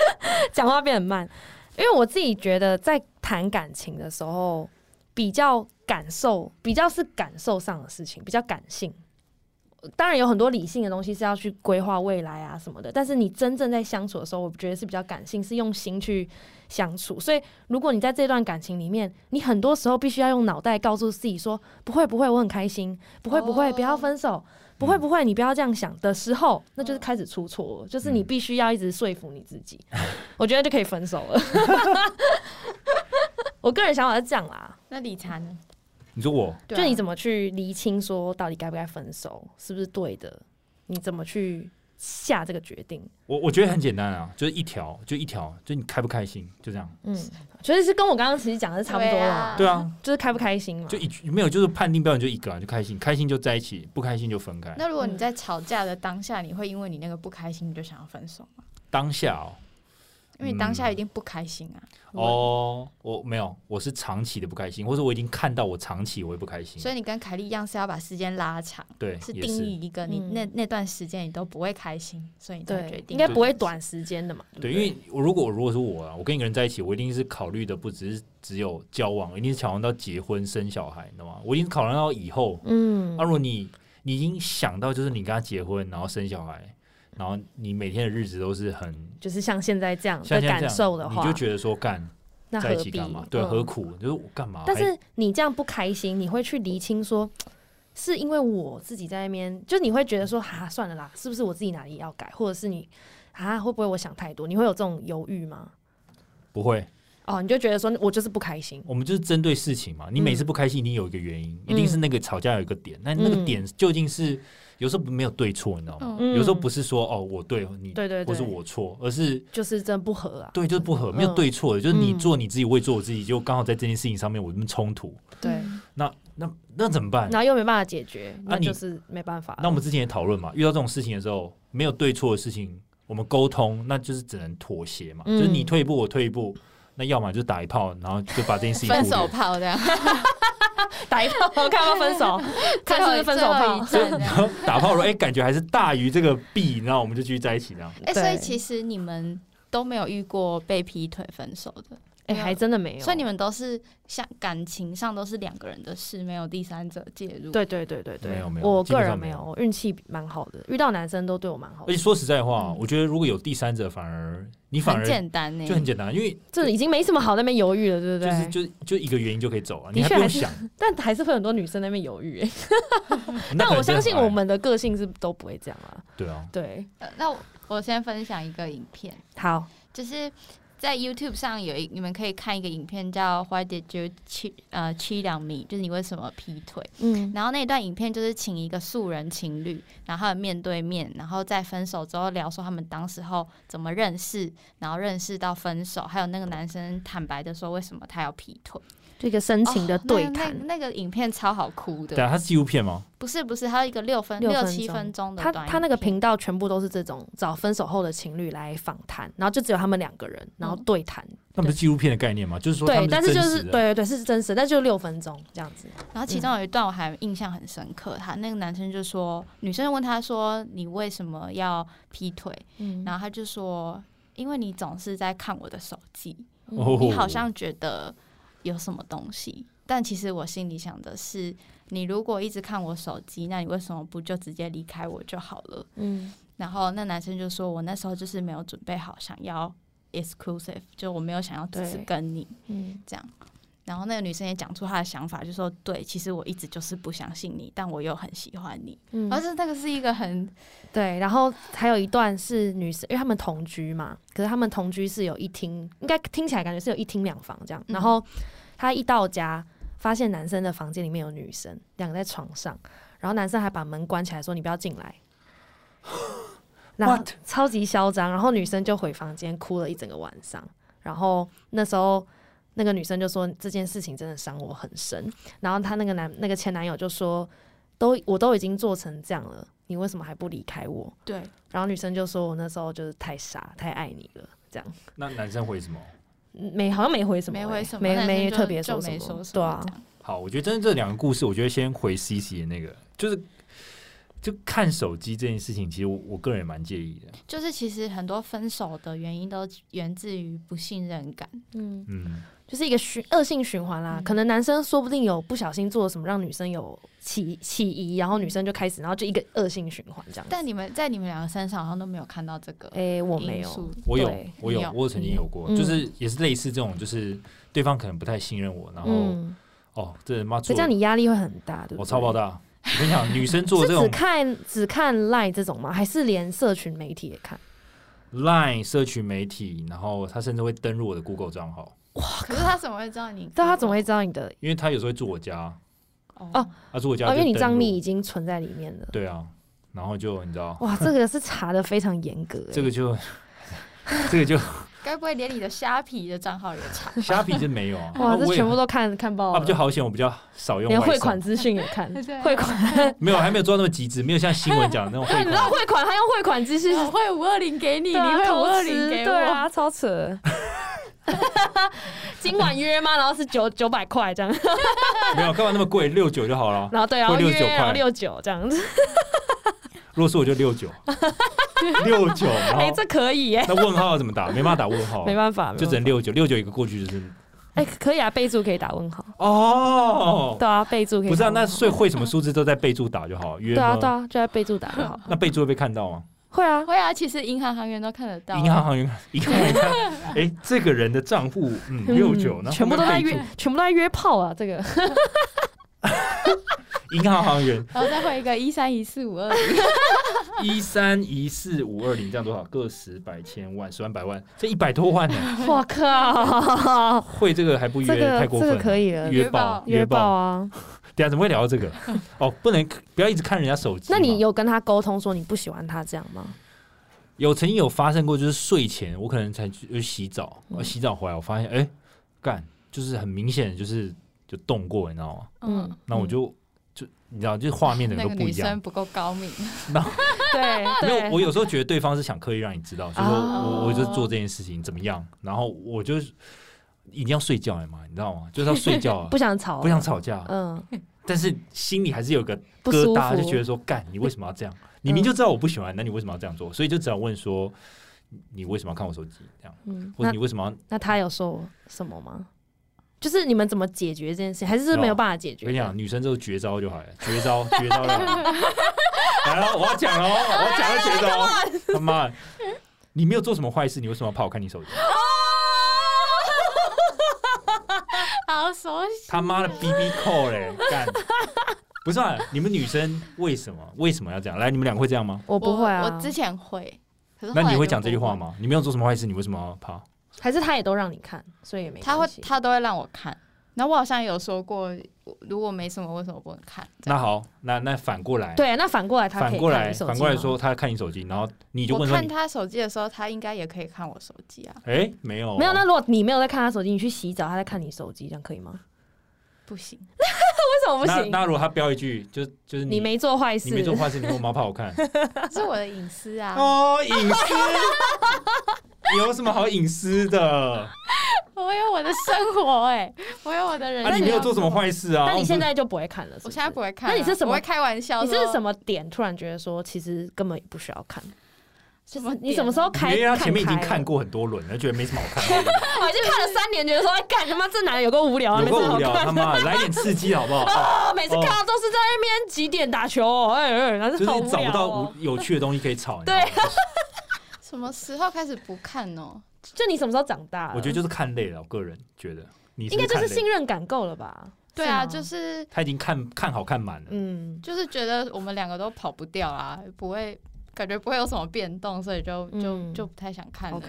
Speaker 2: <laughs> 讲话变很慢。因为我自己觉得，在谈感情的时候，比较感受，比较是感受上的事情，比较感性。当然有很多理性的东西是要去规划未来啊什么的，但是你真正在相处的时候，我觉得是比较感性，是用心去相处。所以，如果你在这段感情里面，你很多时候必须要用脑袋告诉自己说：“不会，不会，我很开心；不会，不会，
Speaker 1: 哦
Speaker 2: 不要分手；不会，不会，你不要这样想。”的时候，那就是开始出错了，就是你
Speaker 3: 嗯
Speaker 2: 必须要一直说服你自己。我觉得就可以分手了。 <laughs> 我个人想法是这样啦，
Speaker 1: 那理查呢？啊
Speaker 3: 你说我
Speaker 4: 啊
Speaker 2: 就你怎
Speaker 1: 么
Speaker 2: 么去厘清说到底该不该分手，是不是对的？你怎么去下这个决定。
Speaker 3: 我我觉得很简单啊，就是一条，就一条，就你开不开心，就这样。
Speaker 2: 嗯，其实是跟我刚刚其实讲的是差不多
Speaker 4: 对
Speaker 2: 啦
Speaker 4: 啊，
Speaker 3: 对啊，
Speaker 2: 就是开不开心嘛。
Speaker 3: 就一句没有，就是判定标准就一个啊，就开心，开心就在一起，不开心就分开。
Speaker 1: 那如果你在吵架的当下，你会因为你那个不开心，你就想要分手吗？
Speaker 3: 当下哦，
Speaker 1: 因为你当下一定不开心啊，
Speaker 3: 哦，我没有，我是长期的不开心，或者我已经看到我长期我会不开心
Speaker 1: 所。以你跟凯莉一样是要把时间拉长，
Speaker 3: 对，
Speaker 1: 是
Speaker 3: 也
Speaker 1: 定
Speaker 3: 是
Speaker 1: 义一个你
Speaker 2: 嗯
Speaker 1: 那那段时间你都不会开心，所以你才决
Speaker 2: 对，
Speaker 1: 定
Speaker 2: 应该不会短时间的嘛。
Speaker 3: 对，因为我如果如果是我啊，我跟一个人在一起，我一定是考虑的不只是只有交往，一定是考量到结婚生小孩，你知道吗？我已经考量到以后。啊
Speaker 2: 嗯
Speaker 3: 那、，如果你你已经想到就是你跟他结婚，然后生小孩，然后你每天的日子都是很
Speaker 2: 就是像现在这样
Speaker 3: 像
Speaker 2: 的
Speaker 3: 现在这
Speaker 2: 嗯感
Speaker 3: 样
Speaker 2: 受的话，
Speaker 3: 你就觉得说干
Speaker 2: 那
Speaker 3: 在
Speaker 2: 何
Speaker 3: 一起
Speaker 2: 必
Speaker 3: 干嘛？对，啊
Speaker 2: 嗯
Speaker 3: 何苦？啊就是我干嘛？
Speaker 2: 但
Speaker 3: 还
Speaker 2: 是你这样不开心，你会去厘清说，是因为我自己在那边，就你会觉得说，哈、算了啦，是不是我自己哪里要改，或者是你啊，会不会我想太多？你会有这种犹豫吗？
Speaker 3: 不会，
Speaker 2: 哦，你就觉得说我就是不开心，
Speaker 3: 我们就是针对事情嘛。你每次不开心，一定有一个原因，一定是那个吵架有一个点。那、那个
Speaker 2: 嗯
Speaker 3: 点究竟是有时候没有对错，你知道吗？
Speaker 2: 嗯
Speaker 3: 有时候不是说哦我对你
Speaker 2: 对对对
Speaker 3: 或是我错，而是
Speaker 2: 就是真的不合啊。
Speaker 3: 对就是不合，
Speaker 2: 嗯
Speaker 3: 没有对错的，就是你
Speaker 2: 嗯
Speaker 3: 做你自己，我也做我自己，就刚好在这件事情上面我们冲突，
Speaker 2: 对，
Speaker 1: 嗯
Speaker 3: 那那那怎么办？
Speaker 2: 然后又没办法解决，那
Speaker 3: 啊你
Speaker 2: 就是没办法了。
Speaker 3: 那我们之前也讨论嘛，遇到这种事情的时候，没有对错的事情，我们沟通，那就是只能妥协嘛，
Speaker 2: 嗯
Speaker 3: 就是你退一步，我退一步。那要么就打一炮，然后就把这件事情
Speaker 1: 分
Speaker 3: 忽略
Speaker 1: 手炮这样，
Speaker 2: <laughs> 打一炮，看要不要
Speaker 1: <laughs>
Speaker 2: 分手，看是不是分手炮。
Speaker 1: 最后一站这
Speaker 2: <laughs>
Speaker 3: 然
Speaker 1: 样。
Speaker 3: 后 <laughs> 打炮说，哎、感觉还是大于这个 B，然后我们就继续在一起这样。
Speaker 1: 哎、所以
Speaker 2: 对
Speaker 1: 其实你们都没有遇过被劈腿分手的，
Speaker 2: 哎、还真的没有。
Speaker 1: 所以你们都是像感情上都是两个人的事，没有第三者介入。，
Speaker 2: 对对对对对，
Speaker 3: 没有没有
Speaker 2: 我
Speaker 3: 基本
Speaker 2: 个人
Speaker 3: 上
Speaker 2: 没
Speaker 3: 没有
Speaker 2: 有，我运气蛮好的，遇到男生都对我蛮好
Speaker 3: 而且
Speaker 2: 的，
Speaker 3: 说实在话，
Speaker 1: 嗯
Speaker 3: 我觉得如果有第三者，反而你反
Speaker 1: 很
Speaker 3: 而
Speaker 1: 简单呢、
Speaker 3: 就很简单，因为
Speaker 2: 这已经没什么好在那边犹豫了，对不
Speaker 3: 就
Speaker 2: 对？
Speaker 3: 是就是就一个原因就可以走了，
Speaker 2: 的
Speaker 3: 啊你还
Speaker 2: 确
Speaker 3: 不用
Speaker 2: 还是 <laughs>
Speaker 3: 想。
Speaker 2: 但还是会很多女生在那边犹豫、欸，
Speaker 3: 那
Speaker 2: 但
Speaker 3: 可能哎
Speaker 2: 我相信
Speaker 3: 真的很爱
Speaker 2: 我们的个性是都不会这样啊。
Speaker 3: 对啊，
Speaker 2: 对，
Speaker 1: 呃那我我先分享一个影片，
Speaker 2: 好，
Speaker 1: 就是在 YouTube 上有一，你们可以看一个影片叫《Why Did You Cheat》呃 Cheat on Me，就是你为什么劈腿。
Speaker 2: 嗯，
Speaker 1: 然后那一段影片就是请一个素人情侣，然后他们面对面，然后在分手之后聊说他们当时候怎么认识，然后认识到分手，还有那个男生坦白的说为什么他要劈腿，
Speaker 2: 这个深情的对
Speaker 1: 哦
Speaker 2: 谈，
Speaker 1: 那那那个影片超好哭
Speaker 3: 对
Speaker 1: 的，
Speaker 3: 啊，它是纪录片吗？
Speaker 1: 不是不是，还有一个六分
Speaker 2: 六分钟
Speaker 1: 七分钟的
Speaker 2: 啊他
Speaker 1: 短
Speaker 2: 他那个
Speaker 1: 影片
Speaker 2: 频道全部都是这种找分手后的情侣来访谈，然后就只有他们两个人，然后
Speaker 1: 嗯
Speaker 2: 对谈，
Speaker 3: 那不是纪录片的概念吗？就是说他
Speaker 2: 对，
Speaker 3: 们
Speaker 2: 但是就
Speaker 3: 真
Speaker 2: 是
Speaker 3: 实
Speaker 2: 对对
Speaker 3: 的，
Speaker 2: 对是真实，但就六分钟这样子，
Speaker 1: 然后其中有一段我还印象很深刻，他那个男生就说，女生问他说你为什么要劈腿，
Speaker 2: 嗯
Speaker 1: 然后他就说因为你总是在看我的手机，
Speaker 2: 嗯
Speaker 3: 哦
Speaker 1: 你好像觉得有什么东西，但其实我心里想的是，你如果一直看我手机，那你为什么不就直接离开我就好了？
Speaker 2: 嗯
Speaker 1: 然后那男生就说，我那时候就是没有准备好，想要 exclusive，就我没有想要只是
Speaker 2: 对
Speaker 1: 跟你
Speaker 2: 嗯，
Speaker 1: 这样。然后那个女生也讲出她的想法，就说：“对，其实我一直就是不相信你，但我又很喜欢你。
Speaker 2: 嗯
Speaker 1: 而是那个是一个很
Speaker 2: 对，然后还有一段是女生，因为他们同居嘛，可是他们同居是有一厅，应该听起来感觉是有一厅两房这样。
Speaker 1: 嗯
Speaker 2: 然后她一到家，发现男生的房间里面有女生，两个在床上，然后男生还把门关起来说：“你不要进来。”然后
Speaker 3: What？
Speaker 2: 超级嚣张，然后女生就回房间哭了一整个晚上。然后那时候那个女生就说这件事情真的伤我很深。然后她那个男那个前男友就说都我都已经做成这样了，你为什么还不离开我？
Speaker 1: 对，
Speaker 2: 然后女生就说我那时候就是太傻，太爱你了，这样
Speaker 3: 那男生回什么？
Speaker 2: 嗯没好像没回什么欸、
Speaker 1: 没回什么，
Speaker 2: 没
Speaker 1: 那
Speaker 2: 没
Speaker 1: 男生就
Speaker 2: 特别说
Speaker 1: 就
Speaker 2: 什
Speaker 1: 没
Speaker 2: 么，
Speaker 1: 说什
Speaker 2: 对
Speaker 1: 么
Speaker 2: 啊
Speaker 1: 这，样。
Speaker 3: 好，我觉得真的这两个故事，我觉得先回 C C 的那个，就是就看手机这件事情，其实我我个人也蛮介意的。
Speaker 1: 就是其实很多分手的原因都源自于不信任感。
Speaker 2: 嗯，
Speaker 3: 嗯，
Speaker 2: <laughs> 就是一个循恶性循环啦、
Speaker 1: 嗯
Speaker 2: 可能男生说不定有不小心做了什么让女生有起起疑，然后女生就开始，然后就一个恶性循环这样子。
Speaker 1: 但你们在你们两个身上好像都没有看到这个
Speaker 2: 哎、我没
Speaker 1: 因
Speaker 2: 有，
Speaker 1: 素。
Speaker 3: 我有
Speaker 2: 对，
Speaker 3: 我
Speaker 1: 你
Speaker 3: 有
Speaker 1: 有，
Speaker 3: 我曾经有过，
Speaker 2: 嗯
Speaker 3: 就是也是类似这种，就是对方可能不太信任我，然后、
Speaker 2: 嗯，
Speaker 3: 哦，这人妈
Speaker 2: 所
Speaker 3: 做
Speaker 2: 以这样你压力会很大，对不对？
Speaker 3: 我超爆大。我跟你讲，女生做
Speaker 2: <laughs> 是
Speaker 3: 这
Speaker 2: 只
Speaker 3: 种
Speaker 2: 看只看赖这种吗？还是连社群媒体也看？
Speaker 3: Line 社群媒体，然后她甚至会登录我的 Google 账号，
Speaker 1: 可是他怎么会知道你？
Speaker 2: 啊但他怎么会知道你的？
Speaker 3: 因为她有时候会住我家，
Speaker 1: 哦
Speaker 2: 哦
Speaker 3: 她住我家、
Speaker 2: 哦，因为你账
Speaker 3: 账
Speaker 2: 密已经存在里面了。
Speaker 3: 对啊，然后就你知道，
Speaker 2: 哇，这个是查的非常严格、欸，
Speaker 3: 这个就 <laughs> 这
Speaker 2: <laughs>
Speaker 3: 个就
Speaker 1: 该不会连你的虾皮的账号也 <laughs> 查？
Speaker 3: 虾皮是没有啊，
Speaker 2: 欸哇，
Speaker 3: 啊
Speaker 2: 这
Speaker 3: 我也
Speaker 2: 全部都看看爆
Speaker 3: 啊，
Speaker 2: 了，
Speaker 3: 不就好险，我比较少用
Speaker 2: 连
Speaker 3: 外
Speaker 2: 汇
Speaker 3: 送
Speaker 2: 款资讯也看
Speaker 1: <laughs> 对，啊
Speaker 2: 汇款，
Speaker 3: 没有，还没有做到那么极致，没有像新闻讲的那种汇
Speaker 2: <laughs> 你知道
Speaker 3: 款。
Speaker 2: 汇款，他用汇款资讯
Speaker 1: 我哦会五二零 <laughs> 给你，
Speaker 2: 对啊
Speaker 1: 你会五
Speaker 2: 偷
Speaker 1: 二
Speaker 2: 吃
Speaker 1: 零给我，
Speaker 2: 对啊，超扯。
Speaker 3: <laughs>
Speaker 2: 今晚约吗？然后是九九百块这样，
Speaker 3: 没有，干嘛那么贵？六九就好了。
Speaker 2: 然后对，然后
Speaker 3: 或69
Speaker 2: 约，
Speaker 3: 块
Speaker 2: 然后六九这样子，
Speaker 3: 如果是我就
Speaker 2: <laughs>
Speaker 3: 六九，六九，然
Speaker 2: 哎、
Speaker 3: 后
Speaker 2: 这可以耶、
Speaker 3: 那问号要怎么打？没办法打问号
Speaker 2: <laughs> 没，办法，
Speaker 3: 哦就只能
Speaker 2: 没办
Speaker 3: 六九，六九一个过去就是
Speaker 2: 法哎、可以啊，备注可以打问号，
Speaker 3: 哦，
Speaker 2: 对啊，备注可以
Speaker 3: 不
Speaker 2: 打问号，
Speaker 3: 是啊，那所以会什么数字都在备注打就好，约
Speaker 2: 对啊
Speaker 3: 吗？
Speaker 2: 对啊，就在备注打就
Speaker 3: <laughs>
Speaker 2: 好，
Speaker 3: 那备注会被看到吗？
Speaker 2: 会啊，
Speaker 1: 会啊，其实银行行员都看得到啊。
Speaker 3: 银行行员，银行
Speaker 2: <laughs>
Speaker 3: 行员，哎，这个人的账户，嗯，
Speaker 2: 嗯
Speaker 3: 六九，然后
Speaker 2: 全部都在
Speaker 3: 备注
Speaker 2: 约，全部都在约炮啊，这个
Speaker 3: 银行行员 <laughs>
Speaker 1: 然后再回一个一三一四五二零，
Speaker 3: 一三一四五二零，这样多少？个十百千万十万百万，这一百多万呢？
Speaker 2: <laughs> 我靠，
Speaker 3: 会这个还不约，
Speaker 2: 这个
Speaker 3: 太过
Speaker 2: 这个
Speaker 3: 分了。
Speaker 2: 可以了，
Speaker 3: 约爆
Speaker 2: 约炮
Speaker 3: 爆！
Speaker 2: 啊，
Speaker 3: 等一下怎么会聊到这
Speaker 2: <laughs>
Speaker 3: 个？哦，不能不要一直看人家手机嘛。
Speaker 2: 那你有跟他沟通说你不喜欢他这样吗？
Speaker 3: 有曾经有发生过，就是睡前我可能才去去洗澡，
Speaker 2: 嗯
Speaker 3: 我洗澡回来我发现，哎、干，就是很明显就是就动过，你知道吗？
Speaker 1: <laughs> 嗯， <laughs>
Speaker 3: 那我就、就你知道，就是画面整个
Speaker 1: 那
Speaker 3: 都
Speaker 1: 个
Speaker 3: 不
Speaker 1: 女
Speaker 3: 一样
Speaker 1: 生。不够高明，
Speaker 2: 对，
Speaker 3: 没
Speaker 2: 对
Speaker 3: 有，我有时候觉得对方是想刻意让你知道，所以说
Speaker 2: 哦
Speaker 3: 我我就做这件事情怎么样，然后我就是一定要睡觉嘛，你知道吗？就是要睡觉啊
Speaker 2: 不，想吵，
Speaker 3: 不想，吵架，
Speaker 2: 嗯，
Speaker 3: 但是心里还是有个
Speaker 2: 不
Speaker 3: 疙
Speaker 2: 舒
Speaker 3: 瘩，
Speaker 2: 服，嗯
Speaker 3: 就觉得说，干，你为什么要这样？你明就知道我不喜欢，那你为什么要这样做？所以就只好问说，你为什么要看我手机？这样，
Speaker 2: 嗯，
Speaker 3: 或者
Speaker 2: 那
Speaker 3: 你为什么要？
Speaker 2: 那他有说什么吗？就是你们怎么解决这件事，还是没有办法解
Speaker 3: 我
Speaker 2: 决？
Speaker 3: 跟你讲，女生就是绝招就好了，绝招，绝招来
Speaker 2: <laughs>
Speaker 3: 了，来了，我要讲了哦，我要讲了绝
Speaker 2: 哎
Speaker 3: 招，他妈的，你没有做什么坏事，你为什么要怕我看你手机？
Speaker 1: 哦 <laughs> 好熟悉。
Speaker 3: 他妈的
Speaker 2: 嗯
Speaker 3: BB 扣嘞，干！不是啊，你们女生为什么为什么要这样？来，你们两个会这样吗？
Speaker 2: 我不会啊，
Speaker 1: 我之前会，可是后
Speaker 3: 那
Speaker 2: 欸
Speaker 1: 来
Speaker 3: 你会
Speaker 1: 就
Speaker 3: 讲这句
Speaker 1: 不
Speaker 3: 话？吗？你没有做什么坏事，你为什么要怕？
Speaker 2: 还是他也都让你看，所以也没
Speaker 1: 他会
Speaker 2: 关系，
Speaker 1: 他都会让我看。然后我好像有说过，我如果没什么，为什么不能看？
Speaker 3: 那好，那那反过来，
Speaker 2: 对，那反过来他可以
Speaker 3: 反过
Speaker 2: 看
Speaker 3: 来，
Speaker 2: 你手机
Speaker 3: 反过来
Speaker 2: 吗
Speaker 3: 说，他看你手机，然后你就
Speaker 1: 我
Speaker 3: 问说
Speaker 1: 看
Speaker 3: 你，
Speaker 1: 他手机的时候，他应该也可以看我手机啊， <laughs>
Speaker 3: 哎、没有哦，
Speaker 2: 没有。那如果你没有在看他手机，你去洗澡，他在看你手机，这样可以吗？
Speaker 1: 不行。
Speaker 2: 为什么
Speaker 3: 那那如果他标一句，就就是
Speaker 2: 你
Speaker 3: 你
Speaker 2: 没做坏
Speaker 3: 你
Speaker 2: 事，
Speaker 3: 没做坏事，你为什么要怕
Speaker 2: <laughs>
Speaker 3: 我看？
Speaker 1: 这是我的隐私啊！
Speaker 3: 哦，隐私， <laughs> 有什么好隐私的？
Speaker 1: 我有我的生活哎、我有我的人生。
Speaker 3: 啊，你没有做什么？坏事啊？
Speaker 2: 那你
Speaker 3: 我
Speaker 2: 现
Speaker 3: 不是
Speaker 2: 在就不会看了是
Speaker 1: 我
Speaker 2: 不是
Speaker 1: 现在不会看啊、
Speaker 2: 那你是什么
Speaker 1: 我会开玩笑
Speaker 2: 你
Speaker 1: 说。
Speaker 2: 是什么点突然觉得说，其实根本也不需要看？
Speaker 1: 什么点啊？
Speaker 2: 你什么时候开？
Speaker 3: 因为他前面已经
Speaker 2: 开了
Speaker 3: 看，过很多轮了，觉得没什么好看的。
Speaker 2: 我已经看了三年，觉得说，哎，干他妈这男的有够无聊啊，
Speaker 3: 有
Speaker 2: 没什么
Speaker 3: 够无
Speaker 2: 好
Speaker 3: 聊，
Speaker 2: 看
Speaker 3: 他妈的来点刺激好不好？啊
Speaker 2: <laughs> 啊！每次看到都是在那边几点打球哦，哎哎，然后
Speaker 3: 就是
Speaker 2: 好
Speaker 3: 你
Speaker 2: 无
Speaker 3: 找不
Speaker 2: 聊
Speaker 3: 到
Speaker 2: 哦
Speaker 3: 无。有趣的东西可以吵。你知
Speaker 2: 对
Speaker 3: 道吗，
Speaker 1: 什么时候开始不看哦？
Speaker 2: 就你什么时候长大了？
Speaker 3: 我觉得就是看累了，我个人觉得你
Speaker 2: 啊应该就
Speaker 3: 看
Speaker 2: 是
Speaker 3: 累
Speaker 2: 信任感够了吧？
Speaker 1: 对啊，
Speaker 2: 吗
Speaker 1: 就是
Speaker 3: 他已经看看好看满了。
Speaker 2: 嗯，
Speaker 1: 就是觉得我们两个都跑不掉啊，不会感觉不会有什么变动，所以就就、
Speaker 2: 嗯
Speaker 1: 就不太想看了。
Speaker 2: OK，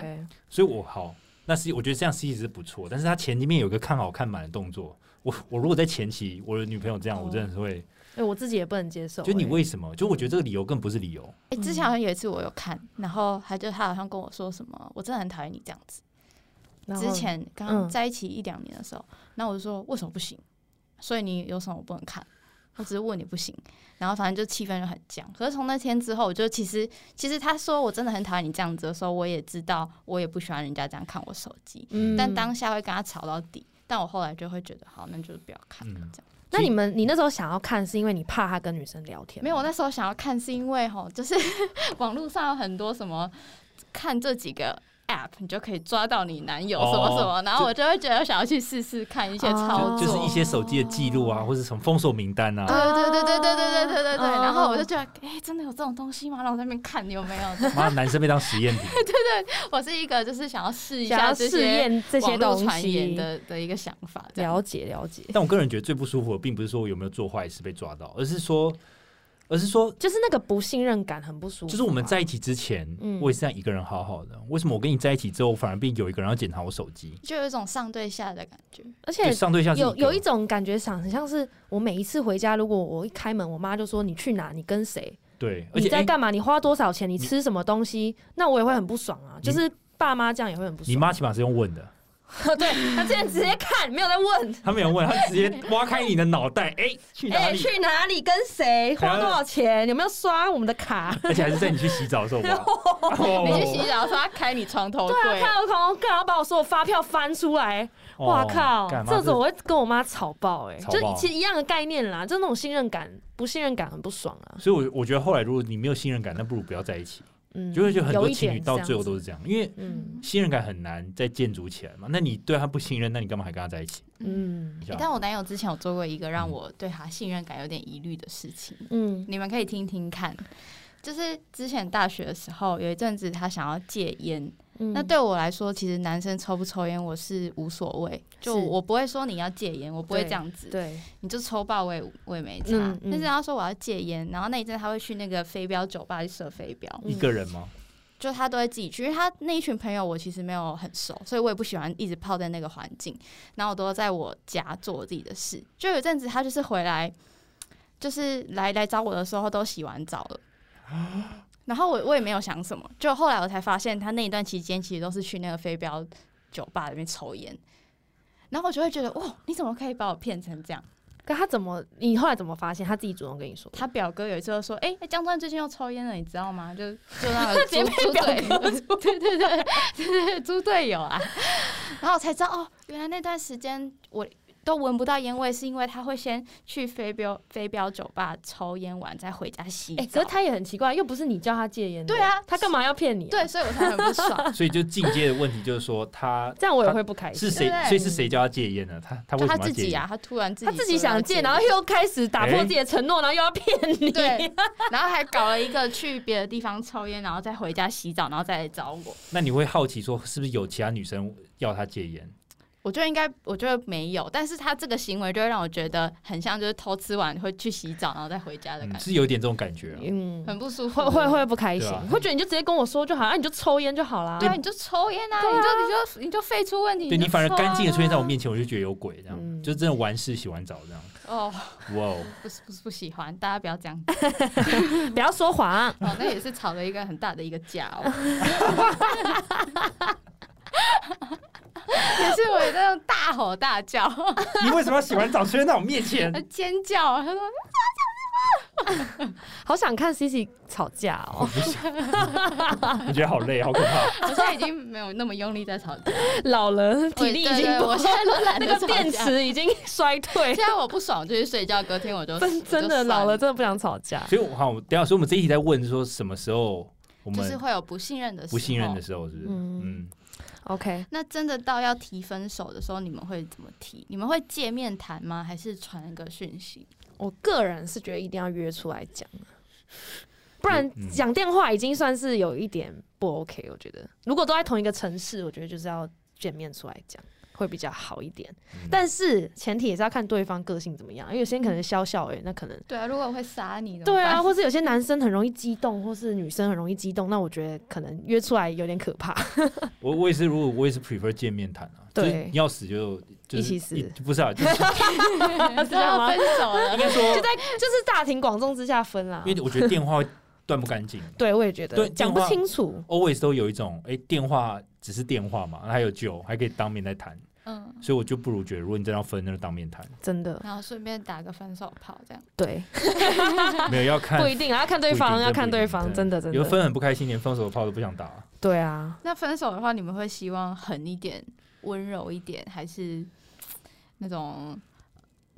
Speaker 2: 所
Speaker 3: 所以我好，那是我觉得这样 C 值是不错，但是他前面有一个看好看满的动作。我我如果在前期我的女朋友这样，
Speaker 2: 哦
Speaker 3: 我真的是会，
Speaker 2: 以我自己也不能接受。
Speaker 3: 就你
Speaker 2: 哎
Speaker 3: 为什么？就我觉得这个理由更不是理由，
Speaker 1: 哎、之前好像有一次我有看，然后他就他好像跟我说什么，我真的很讨厌你这样子。
Speaker 2: 然后
Speaker 1: 之前刚
Speaker 2: 嗯
Speaker 1: 在一起一两年的时候，那、我就说为什么不行？所以你有什么我不能看？我只是问你不行，然后反正就气氛就很僵。可是从那天之后，我就其实其实他说我真的很讨厌你这样子的时候，我也知道我也不喜欢人家这样看我手机，
Speaker 2: 嗯
Speaker 1: 但当下会跟他吵到底。但我后来就会觉得好，那就是不要看了
Speaker 3: 嗯
Speaker 1: 这样。
Speaker 2: 那你们你那时候想要看，是因为你怕他跟女生聊天吗？
Speaker 1: 没有，我那时候想要看是因为吼，就是 <laughs> 网络上有很多什么看这几个 app，你就可以抓到你男友什么什么，
Speaker 3: 哦
Speaker 1: 然后我就会觉得想要去试试看一些操
Speaker 2: 哦
Speaker 1: 作，
Speaker 3: 就就是一些手机的记录啊，或者什么封锁名单啊。
Speaker 2: <laughs>
Speaker 1: 对对对对对对对对对对，
Speaker 2: 哦
Speaker 1: 然后我就觉得，哎、真的有这种东西吗？然后我在那边看有没 <laughs> 有。
Speaker 3: 妈，男生被当实验品，
Speaker 1: 我是一个就是想要试一
Speaker 2: 想
Speaker 1: 下
Speaker 2: 要
Speaker 1: 这
Speaker 2: 试
Speaker 1: 些
Speaker 2: 验这些
Speaker 1: 网络
Speaker 2: 东
Speaker 1: 传言
Speaker 2: 西，
Speaker 1: 的的一个想法，这样
Speaker 2: 了解了解，
Speaker 3: 但我个人觉得最不舒服的，并不是说我有没有做坏事被抓到，而是说，而是说，
Speaker 2: 就是那个不信任感很不舒服。
Speaker 3: 就是我们在，一起之前，
Speaker 2: 嗯
Speaker 3: 我也是这样一个人好好的，为什么我跟你在一起之后，反而变有一个人要检查我手机？
Speaker 1: 就有一种上对下的感觉。
Speaker 2: 而且
Speaker 3: 就上对象是
Speaker 2: 有
Speaker 3: 个
Speaker 2: 有一种感觉，想很像是我每一次回家，如果我一开门，我妈就说你去哪，你跟谁，
Speaker 3: 对，而
Speaker 2: 你
Speaker 3: 且
Speaker 2: 在
Speaker 3: 哎
Speaker 2: 干嘛？你花多少钱？你
Speaker 3: 你
Speaker 2: 吃什么东西？那我也会很不爽啊！
Speaker 3: 你
Speaker 2: 就是爸妈这样也会很不爽。
Speaker 3: 你妈起码是用问的，
Speaker 2: <laughs> 对他之前直接看，没有在问。
Speaker 3: 她没有问，她
Speaker 2: <laughs>
Speaker 3: 直接挖开你的脑袋，哎、去哪
Speaker 2: 哎、
Speaker 3: 里？
Speaker 2: 去哪里？跟谁？
Speaker 3: 还要
Speaker 2: 花多少钱？有没有刷我们的卡？
Speaker 3: 而且还是在你去洗澡的时候挖。哦
Speaker 1: 你去洗澡的时候，他开你床头
Speaker 2: 对啊，
Speaker 1: 柜，
Speaker 2: 看到空干嘛把我所有发票翻出来？哇靠！这种我会跟我妈吵爆哎、
Speaker 3: 哦吵
Speaker 2: 就
Speaker 3: 爆
Speaker 2: 其实一样的概念啦，就那种信任感、不信任感很不爽啊。
Speaker 3: 所以我我觉得后来如果你没有信任感，那不如不要在一起。
Speaker 2: 嗯，
Speaker 3: 就是就很
Speaker 2: 有
Speaker 3: 多
Speaker 2: 一
Speaker 3: 情侣
Speaker 2: 点
Speaker 3: 到
Speaker 2: 这样
Speaker 3: 最后
Speaker 2: 子
Speaker 3: 都是这样，因为
Speaker 2: 嗯
Speaker 3: 信任感很难再建筑起来嘛。那你对他不信任，那你干嘛还跟他在一起？
Speaker 2: 嗯
Speaker 3: 你知道吗
Speaker 1: 但我男友之前有做过一个让我对他信任感有点疑虑的事情，
Speaker 2: 嗯
Speaker 1: 你们可以听听看。就是之前大学的时候，有一阵子他想要戒烟，
Speaker 2: 嗯
Speaker 1: 那对我来说，其实男生抽不抽烟我是无所谓，就是我不会说你要戒烟，我不会这样子，
Speaker 2: 对
Speaker 1: 你就抽爆我也我也没差。
Speaker 2: 嗯嗯
Speaker 1: 但是他说我要戒烟，然后那一阵他会去那个飞镖酒吧去射飞镖，
Speaker 2: 嗯
Speaker 3: 一个人吗？
Speaker 1: 就他都会自己去，因为他那一群朋友我其实没有很熟，所以我也不喜欢一直泡在那个环境。然后我都在我家做我自己的事。就有一阵子他就是回来，就是来来找我的时候都洗完澡了，然后我我也没有想什么。就后来我才发现，他那一段期间其实都是去那个飞镖酒吧里面抽烟。然后我就会觉得，哇，你怎么可以把我骗成这样？
Speaker 2: 可他怎么？你后来怎么发现？他自己主动跟你说的？
Speaker 1: 他表哥有一次就说：“哎、江川最近又抽烟了，你知道吗？” <laughs> 就就那个
Speaker 2: 直接
Speaker 1: 猪
Speaker 2: 被
Speaker 1: 猪
Speaker 2: 表
Speaker 1: 队，对对对对对，猪队友啊。然后我才知道哦，原来那段时间我都闻不到烟味，是因为他会先去飞镖飞镖酒吧抽烟完，再回家洗
Speaker 2: 哎、
Speaker 1: 澡。
Speaker 2: 可是他也很奇怪，又不是你叫他戒烟的。
Speaker 1: 对啊
Speaker 2: 他干嘛要骗你、，
Speaker 1: 对，所以我才很不爽。
Speaker 3: 所以就进阶的问题就是说，他
Speaker 2: 这样我也会不开心。
Speaker 3: 是谁
Speaker 1: 对不？对
Speaker 3: 所以是谁叫他戒烟呢？他他为
Speaker 1: 就
Speaker 3: 什
Speaker 1: 他
Speaker 3: 么要
Speaker 1: 自
Speaker 3: 戒
Speaker 1: 己
Speaker 3: 烟？
Speaker 1: 啊，他突然自己
Speaker 2: 他自己
Speaker 1: 说要
Speaker 2: 想戒，
Speaker 1: 烟
Speaker 2: 然后又开始打破
Speaker 3: 哎
Speaker 2: 自己的承诺，然后又要骗你。
Speaker 1: 对， <laughs> 然后还搞了一个去别的地方抽烟，然后再回家洗澡，然后再来找我。
Speaker 3: 那你会好奇说，是不是有其他女生要他戒烟？
Speaker 1: 我觉得应该，我觉得没有，但是他这个行为就会让我觉得很像，就是偷吃完会去洗澡，然后再回家的感
Speaker 3: 嗯，
Speaker 1: 觉，
Speaker 3: 是有点这种感觉啊。
Speaker 2: 嗯，
Speaker 1: 很不舒服。
Speaker 2: 会会，会不开心
Speaker 3: 对啊，
Speaker 2: 会觉得你就直接跟我说就好，啊，你就抽烟就好啦。
Speaker 1: 对啊，你就抽烟啊，
Speaker 2: 对啊
Speaker 1: 你就你就你就肺出问题，
Speaker 3: 对你
Speaker 1: 就
Speaker 3: 反而
Speaker 1: 抽啊
Speaker 3: 干净的出现在我面前，我就觉得有鬼，这样
Speaker 2: 嗯
Speaker 3: 就真的完事洗完澡这样。
Speaker 1: 哦，
Speaker 3: 哇哦，
Speaker 1: 不是不是不喜欢，大家不要这样。
Speaker 2: 不要说谎。
Speaker 1: 哦，那也是吵了一个很大的一个架哦。 <laughs> 也是我那种大吼大叫、
Speaker 3: 你为什么要洗完澡出现在我面前？
Speaker 1: 尖叫，他说
Speaker 2: 好想看 C C 吵架
Speaker 3: 我
Speaker 2: 哦，
Speaker 3: 不想， <laughs> 我觉得好累，好可怕。
Speaker 1: <laughs> 我现在已经没有那么用力在吵架，
Speaker 2: 老了体力已
Speaker 1: 对
Speaker 2: 经
Speaker 1: 对
Speaker 2: 不
Speaker 1: 我现在都懒得
Speaker 2: 那个
Speaker 1: 吵
Speaker 2: 电
Speaker 1: 架
Speaker 2: 池已 <laughs> 经衰退，
Speaker 1: 现在我不爽，就去睡觉，隔天我就
Speaker 2: 真真的老了，，真的不想吵架。
Speaker 3: 所以我好，我等一下，所以我们这一题在问说什么时候我
Speaker 1: 我就算了就是
Speaker 3: 们
Speaker 1: 会有不信任的时候
Speaker 3: 不信任的。时候，是不是？
Speaker 2: 嗯
Speaker 3: 嗯，
Speaker 2: OK，
Speaker 1: 那真的到要提分手的时候，你们会怎么提？你们会见面谈吗？还是传一个讯息？
Speaker 2: 我个人是觉得一定要约出来讲
Speaker 3: <laughs>
Speaker 2: 啊，不然
Speaker 3: 嗯
Speaker 2: 讲电话已经算是有一点不 OK。我觉得如果都在同一个城市，我觉得就是要见面出来讲会比较好一点。
Speaker 3: 嗯
Speaker 2: 但是前提也是要看对方个性怎么样，因为有些人可能笑笑哎、那可能
Speaker 1: 对啊，如果我会杀你的，
Speaker 2: 对啊，，或是有些男生很容易激动，或是女生很容易激动，那我觉得可能约出来有点可
Speaker 3: <laughs>
Speaker 2: 怕。
Speaker 3: 我我也是，如果我也是 prefer 见面谈啊，
Speaker 2: 对
Speaker 3: 就是要死就就是
Speaker 2: 一起死
Speaker 3: 一不是啊，就是
Speaker 1: <laughs> 都要分手了
Speaker 3: 应。该说，
Speaker 2: 就是大庭广众之下分啦。
Speaker 3: 啊因为我觉得电话会断不
Speaker 2: <laughs>
Speaker 3: 干净
Speaker 2: 对，我也觉得
Speaker 3: 对
Speaker 2: 讲不
Speaker 3: 电话
Speaker 2: 清楚。
Speaker 3: ，always 都有一种哎、电话只是电话嘛，还有酒还可以当面来谈，
Speaker 1: <laughs> 嗯，
Speaker 3: 所以我就不如觉得，如果你真的要分，那就当
Speaker 2: <laughs>
Speaker 3: 面谈，
Speaker 2: 真的，
Speaker 1: 然后顺便打个分手炮，这样。
Speaker 2: 对，
Speaker 3: 没有要看
Speaker 2: 不一定啊，要看对
Speaker 3: 不一定
Speaker 2: 方，
Speaker 3: 真
Speaker 2: 要
Speaker 3: 不
Speaker 2: 看
Speaker 3: 一
Speaker 2: 对
Speaker 3: 定
Speaker 2: 方，
Speaker 3: 对
Speaker 2: 真的真
Speaker 3: 有的
Speaker 2: 的，
Speaker 3: 分很不开心，连分手的炮都不想打、
Speaker 2: 对啊，
Speaker 1: 那分手的话，你们会希望狠一点、温柔一点，还是那种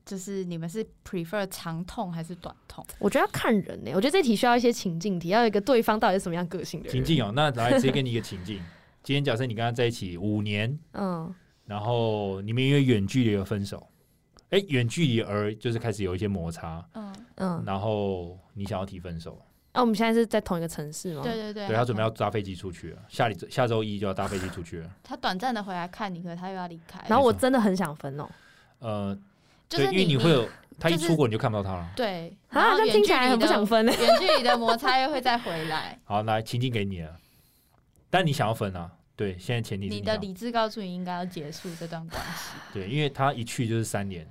Speaker 1: 就是你们是 prefer 长痛还是短痛？
Speaker 2: 我觉得要看人欸呢、我觉得这题需要一些情境题，要有一个对方到底是什么样个性的人。
Speaker 3: 情，境哦、那来直接给你一个情
Speaker 2: <laughs>
Speaker 3: 境，今天假设你跟他在一起五年，
Speaker 2: 嗯，
Speaker 3: 然后你们因为远距离而分手，哎、远距离而就是开始有一些摩擦，
Speaker 1: 嗯，
Speaker 2: 嗯，
Speaker 3: 然后你想要提分手。
Speaker 2: 那、我们现在是在同一个城市吗？
Speaker 1: 对，对对。
Speaker 3: 对他准备要搭飞机出去了，下礼下周一就要搭飞机出去
Speaker 2: <laughs>
Speaker 3: 了。
Speaker 1: 他短暂的回来看你，可是他又要离开。
Speaker 2: 然后我真的很想分哦、
Speaker 3: 呃，
Speaker 1: 就是
Speaker 3: 对，因为你会有他一
Speaker 1: 就是
Speaker 3: 出国你就看不到他了。
Speaker 1: 对，然
Speaker 2: 啊，
Speaker 1: 后
Speaker 2: 这样
Speaker 1: 远
Speaker 2: 听
Speaker 1: 距
Speaker 2: 起来
Speaker 1: 离
Speaker 2: 很不
Speaker 1: 的
Speaker 2: 想分欸
Speaker 1: <laughs>
Speaker 2: 呢、
Speaker 1: 远距离的摩擦又会再回来。
Speaker 3: 好，来情境给你了，但你想要分啊？对，现在前提是
Speaker 1: 你
Speaker 3: <laughs> 你
Speaker 1: 的
Speaker 3: 想
Speaker 1: 理智告诉你应该要结束这段关系，
Speaker 3: 对，因为他一去就是三年，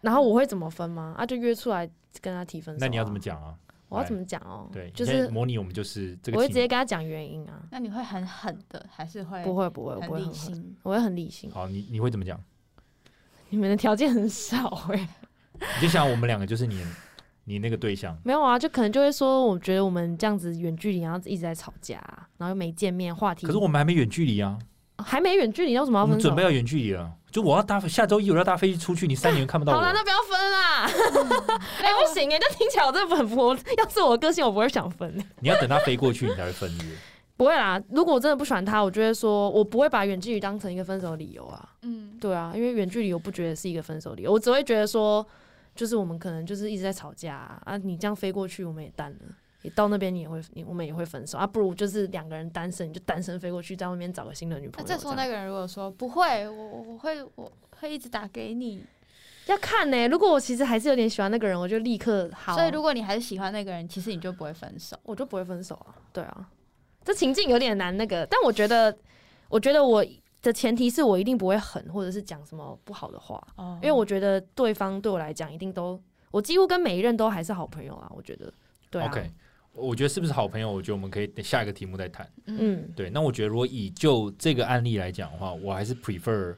Speaker 2: 然后我会怎么分吗？啊，就约出来跟他提分手、
Speaker 3: 那你要怎么？讲啊？
Speaker 2: 我要
Speaker 3: 来
Speaker 2: 怎么讲哦？
Speaker 3: 对，
Speaker 2: 就
Speaker 3: 现在
Speaker 2: 是
Speaker 3: 模拟我们就是这个
Speaker 2: 我会
Speaker 3: team，
Speaker 2: 直接跟他讲原因啊，
Speaker 4: 那你会很狠的，还是会
Speaker 2: 不会不会，我不
Speaker 4: 很
Speaker 2: 会
Speaker 4: 理
Speaker 2: 很狠，
Speaker 4: 性？
Speaker 2: 我会很理性。
Speaker 3: 好，你你会怎么讲？ <laughs>
Speaker 2: 你们的条件很少哎、
Speaker 3: 你就想我们两个就是你你那个对象，
Speaker 2: <laughs> 没有啊，就可能就会说，我觉得我们这样子远距离，然后一直在吵架啊、然后又没见面，话题
Speaker 3: 可是我们还没远距离啊，
Speaker 2: 还没远距离，为什么
Speaker 3: 我
Speaker 2: 要
Speaker 3: 们
Speaker 2: 分手
Speaker 3: 准备？要远距离了。就我要搭下周一我要搭飞机出去，你三年看不到
Speaker 2: 好
Speaker 3: 我
Speaker 2: 了，。那不要分啦！哎、不行哎、这听起来我真的很佛。要是我个性，我不会想分、欸。
Speaker 3: 你要等他飞过去，你才会分约。
Speaker 2: 不会啦，如果我真的不喜欢他，我就会说，我不会把远距离当成一个分手的理由啊。
Speaker 4: 嗯，
Speaker 2: 对啊，因为远距离我不觉得是一个分手理由，我只会觉得说，就是我们可能就是一直在吵架啊，啊你这样飞过去，我们也淡了。也到那边你也会，你我们也会分手啊！不如就是两个人单身，你就单身飞过去，在外面找个新的女朋
Speaker 1: 那
Speaker 2: 友。
Speaker 1: 这时候
Speaker 2: 样
Speaker 1: 那个人如果说不会，我我会我会一直打给你，
Speaker 2: 要看呢、如果我其实还是有点喜欢那个人，我就立刻好，哦啊
Speaker 1: 所以如果你还是喜欢那个人，其实你就不会分手。
Speaker 2: 我就不会分手啊。对啊，这情境有点难那个，但我觉得，我觉得我的前提是我一定不会狠，或者是讲什么不好的话，
Speaker 4: 哦
Speaker 2: 因为我觉得对方对我来讲一定都，我几乎跟每一任都还是好朋友啊。我觉得，对啊
Speaker 3: OK，我觉得是不是好朋友？我觉得我们可以下一个题目再谈。
Speaker 2: 嗯，
Speaker 3: 对，那我觉得如果以就这个案例来讲的话，我还是 prefer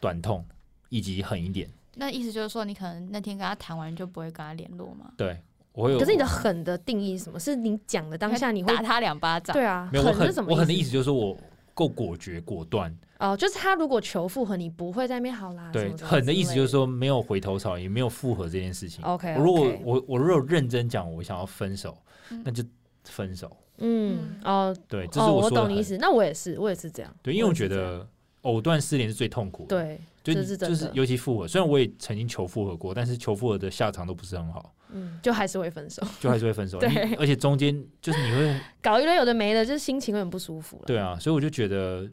Speaker 3: 短痛以及狠一点。
Speaker 1: 那意思就是说，你可能那天跟他谈完就不会跟他联络吗？
Speaker 3: 对，我会有。
Speaker 2: 可是你的狠的定义是什么？是你讲的当下你会
Speaker 1: 打他两巴掌？
Speaker 2: 对啊，
Speaker 3: 没有我
Speaker 2: 是什
Speaker 3: 狠，
Speaker 2: 么？
Speaker 3: 我狠的意思就是说我够果决果断。
Speaker 2: 哦、就是他如果求复合，你不会在那边好啦。什
Speaker 3: 对，
Speaker 2: 啊么什么
Speaker 3: 狠的意思就是
Speaker 2: 之
Speaker 3: 说没有回头草，也没有复合这件事情。
Speaker 2: OK，
Speaker 3: 我如果
Speaker 2: OK
Speaker 3: 我我如果认真讲，我想要分手，
Speaker 1: 嗯
Speaker 3: 那就分手。
Speaker 2: 类的，嗯，哦、
Speaker 3: 对，这是
Speaker 2: 哦、我
Speaker 3: 说的
Speaker 2: 懂你
Speaker 3: 狠。
Speaker 2: 意思。那我也是，我也是这样。
Speaker 3: 对，因为我
Speaker 2: 也是
Speaker 3: 觉
Speaker 2: 这样
Speaker 3: 得藕断丝连是最痛苦的。
Speaker 2: 对，
Speaker 3: 就
Speaker 2: 这
Speaker 3: 你
Speaker 2: 是真
Speaker 3: 就
Speaker 2: 的
Speaker 3: 是尤其复合，虽然我也曾经求复合过，但是求复合的下场都不是很好，
Speaker 2: 嗯，就还是会分手，
Speaker 3: 就还是会分手。
Speaker 2: 对
Speaker 3: 你而且中间就是你会
Speaker 2: 搞一堆有的没的，就是心情会很不舒服了。
Speaker 3: 对啊，所以我就觉得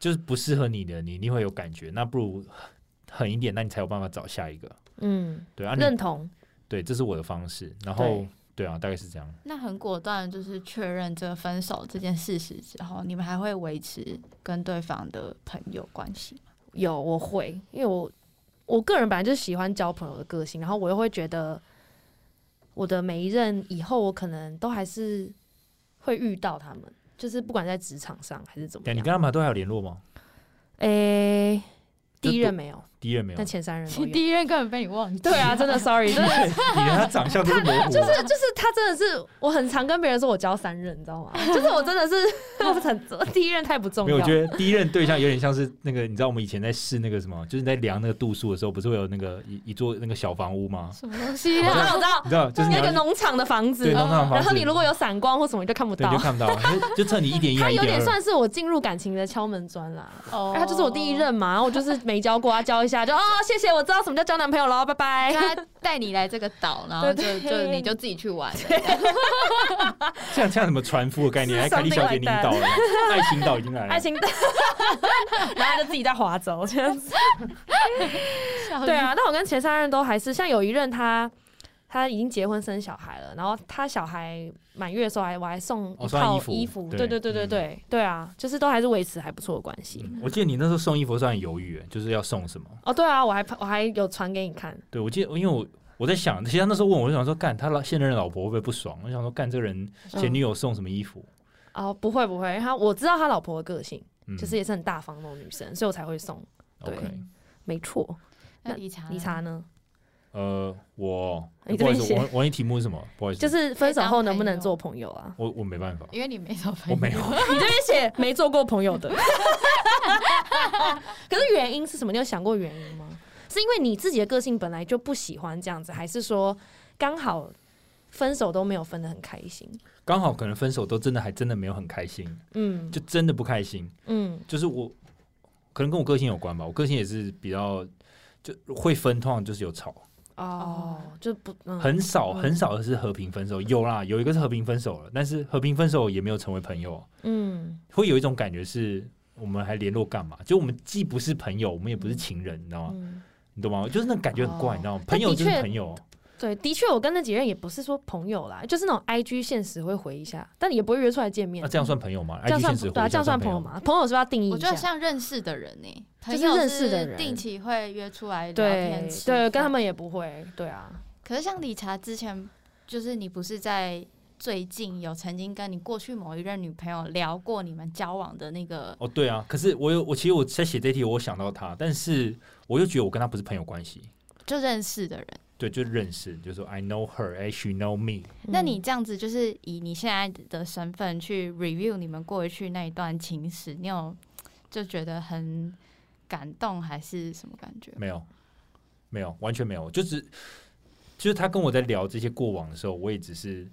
Speaker 3: 就是不适合你的，你一定会有感觉。那不如狠一点，那你才有办法找下一个。
Speaker 2: 嗯，
Speaker 3: 对啊，你
Speaker 2: 认同。
Speaker 3: 对，这是我的方式。然后
Speaker 2: 对
Speaker 3: 对啊，大概是这样。
Speaker 1: 那很果断，就是确认这个分手这件事实之后，你们还会维持跟对方的朋友关系吗？
Speaker 2: 有，我会，因为我我个人本来就喜欢交朋友的个性，然后我又会觉得我的每一任以后我可能都还是会遇到他们，就是不管在职场上还是怎么
Speaker 3: 哎但你
Speaker 2: 样。
Speaker 3: 跟他们都还有联络吗？
Speaker 2: 诶、
Speaker 3: 就
Speaker 2: 第一
Speaker 3: 多
Speaker 2: 任没有，
Speaker 3: 第一任没有，
Speaker 2: 但
Speaker 3: 你
Speaker 2: 前三任都
Speaker 1: 你
Speaker 3: <laughs>
Speaker 2: 有。
Speaker 1: 第一任根本被你忘记。
Speaker 2: 对啊，真的，sorry，真的 <laughs>
Speaker 3: 连他长相都是模糊的。啊
Speaker 2: 就是就是他真的是，我很常跟别人说我交三任，你知道吗？就是我真的
Speaker 3: <laughs>
Speaker 2: 是我很第一任太不重
Speaker 3: 没有，
Speaker 2: 要
Speaker 3: 我
Speaker 2: 了。
Speaker 3: 觉得第一任对象有点像是那个，你知道我们以前在试那个什么，就是你在量那个度数的时候，不是会有那个一一座那个小房屋吗？
Speaker 1: 什么东西
Speaker 2: 我知
Speaker 1: 啊？
Speaker 2: 道，我知道，
Speaker 3: 你知道，就是你
Speaker 2: 那
Speaker 3: 要
Speaker 2: 个农场的房子
Speaker 3: 对，农场的房
Speaker 2: 然后
Speaker 3: 子
Speaker 2: 你如果有闪光或什么，你就看不
Speaker 3: 对
Speaker 2: 到
Speaker 3: 你就。看不到，就就测你一点一
Speaker 2: 他
Speaker 3: 还一
Speaker 2: 有点
Speaker 3: 点二。
Speaker 2: 算是我进入感情的敲门砖啦，
Speaker 1: 哦
Speaker 2: 哎他就是我第一。任嘛，然后我就是没交过，他交一下
Speaker 3: <laughs>
Speaker 2: 就哦，谢谢，我知道什么叫交男朋友了，拜 <laughs> 拜。
Speaker 1: 他带你来这个岛，然后就
Speaker 2: 对对
Speaker 1: 就你就自己去玩了。
Speaker 3: 像像什么船夫的概念，
Speaker 2: 是
Speaker 3: 还凯莉小姐领导了，爱情岛已经来了。
Speaker 2: 爱情， <laughs> 然后他就自己在划走这样子。对啊，但我跟前三任都还是，像有一任他他已经结婚生小孩了，然后他小孩满月的时候还我还送
Speaker 3: 哦
Speaker 2: 一
Speaker 3: 送他
Speaker 2: 套
Speaker 3: 衣服
Speaker 2: 衣服，
Speaker 3: 对
Speaker 2: 对对对对
Speaker 3: 嗯
Speaker 2: 对对啊，就是都还是维持还不错的关系。
Speaker 3: 嗯我记得你那时候送衣服算很犹豫，就是要送什么？
Speaker 2: 哦，对啊，我还我还有传给你看，
Speaker 3: 对，我记得，因为我我在想，其实他那时候问我，我就想说，干他老现任老婆会不会不爽？我想说，干这个人
Speaker 2: 嗯
Speaker 3: 前女友送什么衣服？
Speaker 2: 哦，不会不会，因为他我知道他老婆的个性，
Speaker 3: 嗯，
Speaker 2: 就是也是很大方那种女生，所以我才会送。对
Speaker 3: OK。
Speaker 2: 没错，
Speaker 1: 那理查呢，
Speaker 2: 理查呢，
Speaker 3: 呃，我
Speaker 2: 你
Speaker 3: 不好意
Speaker 2: 这
Speaker 3: 思，
Speaker 2: 边
Speaker 3: 我我那题目是什么？不好意思，
Speaker 2: 就是分手后能不
Speaker 1: 可以
Speaker 2: 能
Speaker 1: 当
Speaker 2: 做朋友啊？
Speaker 3: 我我没办法，
Speaker 1: 因为你没什么朋友，
Speaker 3: 我没有。 <laughs>
Speaker 2: <laughs> 你这边写没做过朋友的， <laughs> 可是原因是什么？你有想过原因吗？是因为你自己的个性本来就不喜欢这样子，还是说刚好分手都没有分得很开心？
Speaker 3: 刚好可能分手都真的还真的没有很开心，
Speaker 2: 嗯
Speaker 3: 就真的不开心。
Speaker 2: 嗯
Speaker 3: 就是我可能跟我个性有关吧，我个性也是比较就会分，通常就是有吵，
Speaker 2: 哦，就不、嗯、
Speaker 3: 很少
Speaker 2: 嗯
Speaker 3: 很少的是和平分手，有啦，有一个是和平分手了，但是和平分手也没有成为朋友，
Speaker 2: 嗯
Speaker 3: 会有一种感觉是。我们还联络干嘛？就我们既不是朋友，我们也不是情人，你知道吗？
Speaker 2: 嗯，
Speaker 3: 你懂吗？就是那感觉很怪，
Speaker 2: 哦
Speaker 3: 你知道吗？
Speaker 2: 但
Speaker 3: 朋友
Speaker 2: 的
Speaker 3: 就是
Speaker 2: 确
Speaker 3: 朋友，啊
Speaker 2: 对，的确，我跟那几任也不是说朋友啦，就是那种 I G 现实会回一下，但也不会约出来见面。
Speaker 3: 啊
Speaker 2: 啊
Speaker 3: 那这样算朋友吗？
Speaker 2: 这样
Speaker 3: IG
Speaker 2: 算
Speaker 3: 现实
Speaker 2: 对啊，
Speaker 3: 回
Speaker 2: 这样
Speaker 3: 算
Speaker 2: 算朋友
Speaker 3: 吗？
Speaker 2: 吗？朋友是不是要定义
Speaker 1: 我
Speaker 2: 一
Speaker 1: 觉
Speaker 2: 下
Speaker 1: 得，像认识的人呢，
Speaker 2: 就是
Speaker 1: 朋友
Speaker 2: 认识的人
Speaker 1: 定期会约出来聊
Speaker 2: 对
Speaker 1: 天，吃
Speaker 2: 对，跟他
Speaker 1: 饭
Speaker 2: 们也不会，对啊，
Speaker 1: 可是像理查之前就是你不是在最近有曾经跟你过去某一任女朋友聊过你们交往的那个
Speaker 3: 哦，对啊，可是我有我其实我在写这一题，我有想到他，但是我又觉得我跟他不是朋友关系，
Speaker 1: 就认识的人？
Speaker 3: 对，就认识，就说 I know her, as she know me。
Speaker 1: 那你这样子就是以你现在的身份去 review 你们过去那一段情史，你有就觉得很感动还是什么感觉？
Speaker 3: 没有，没有，完全没有，就只就是他跟我在聊这些过往的时候，我也只是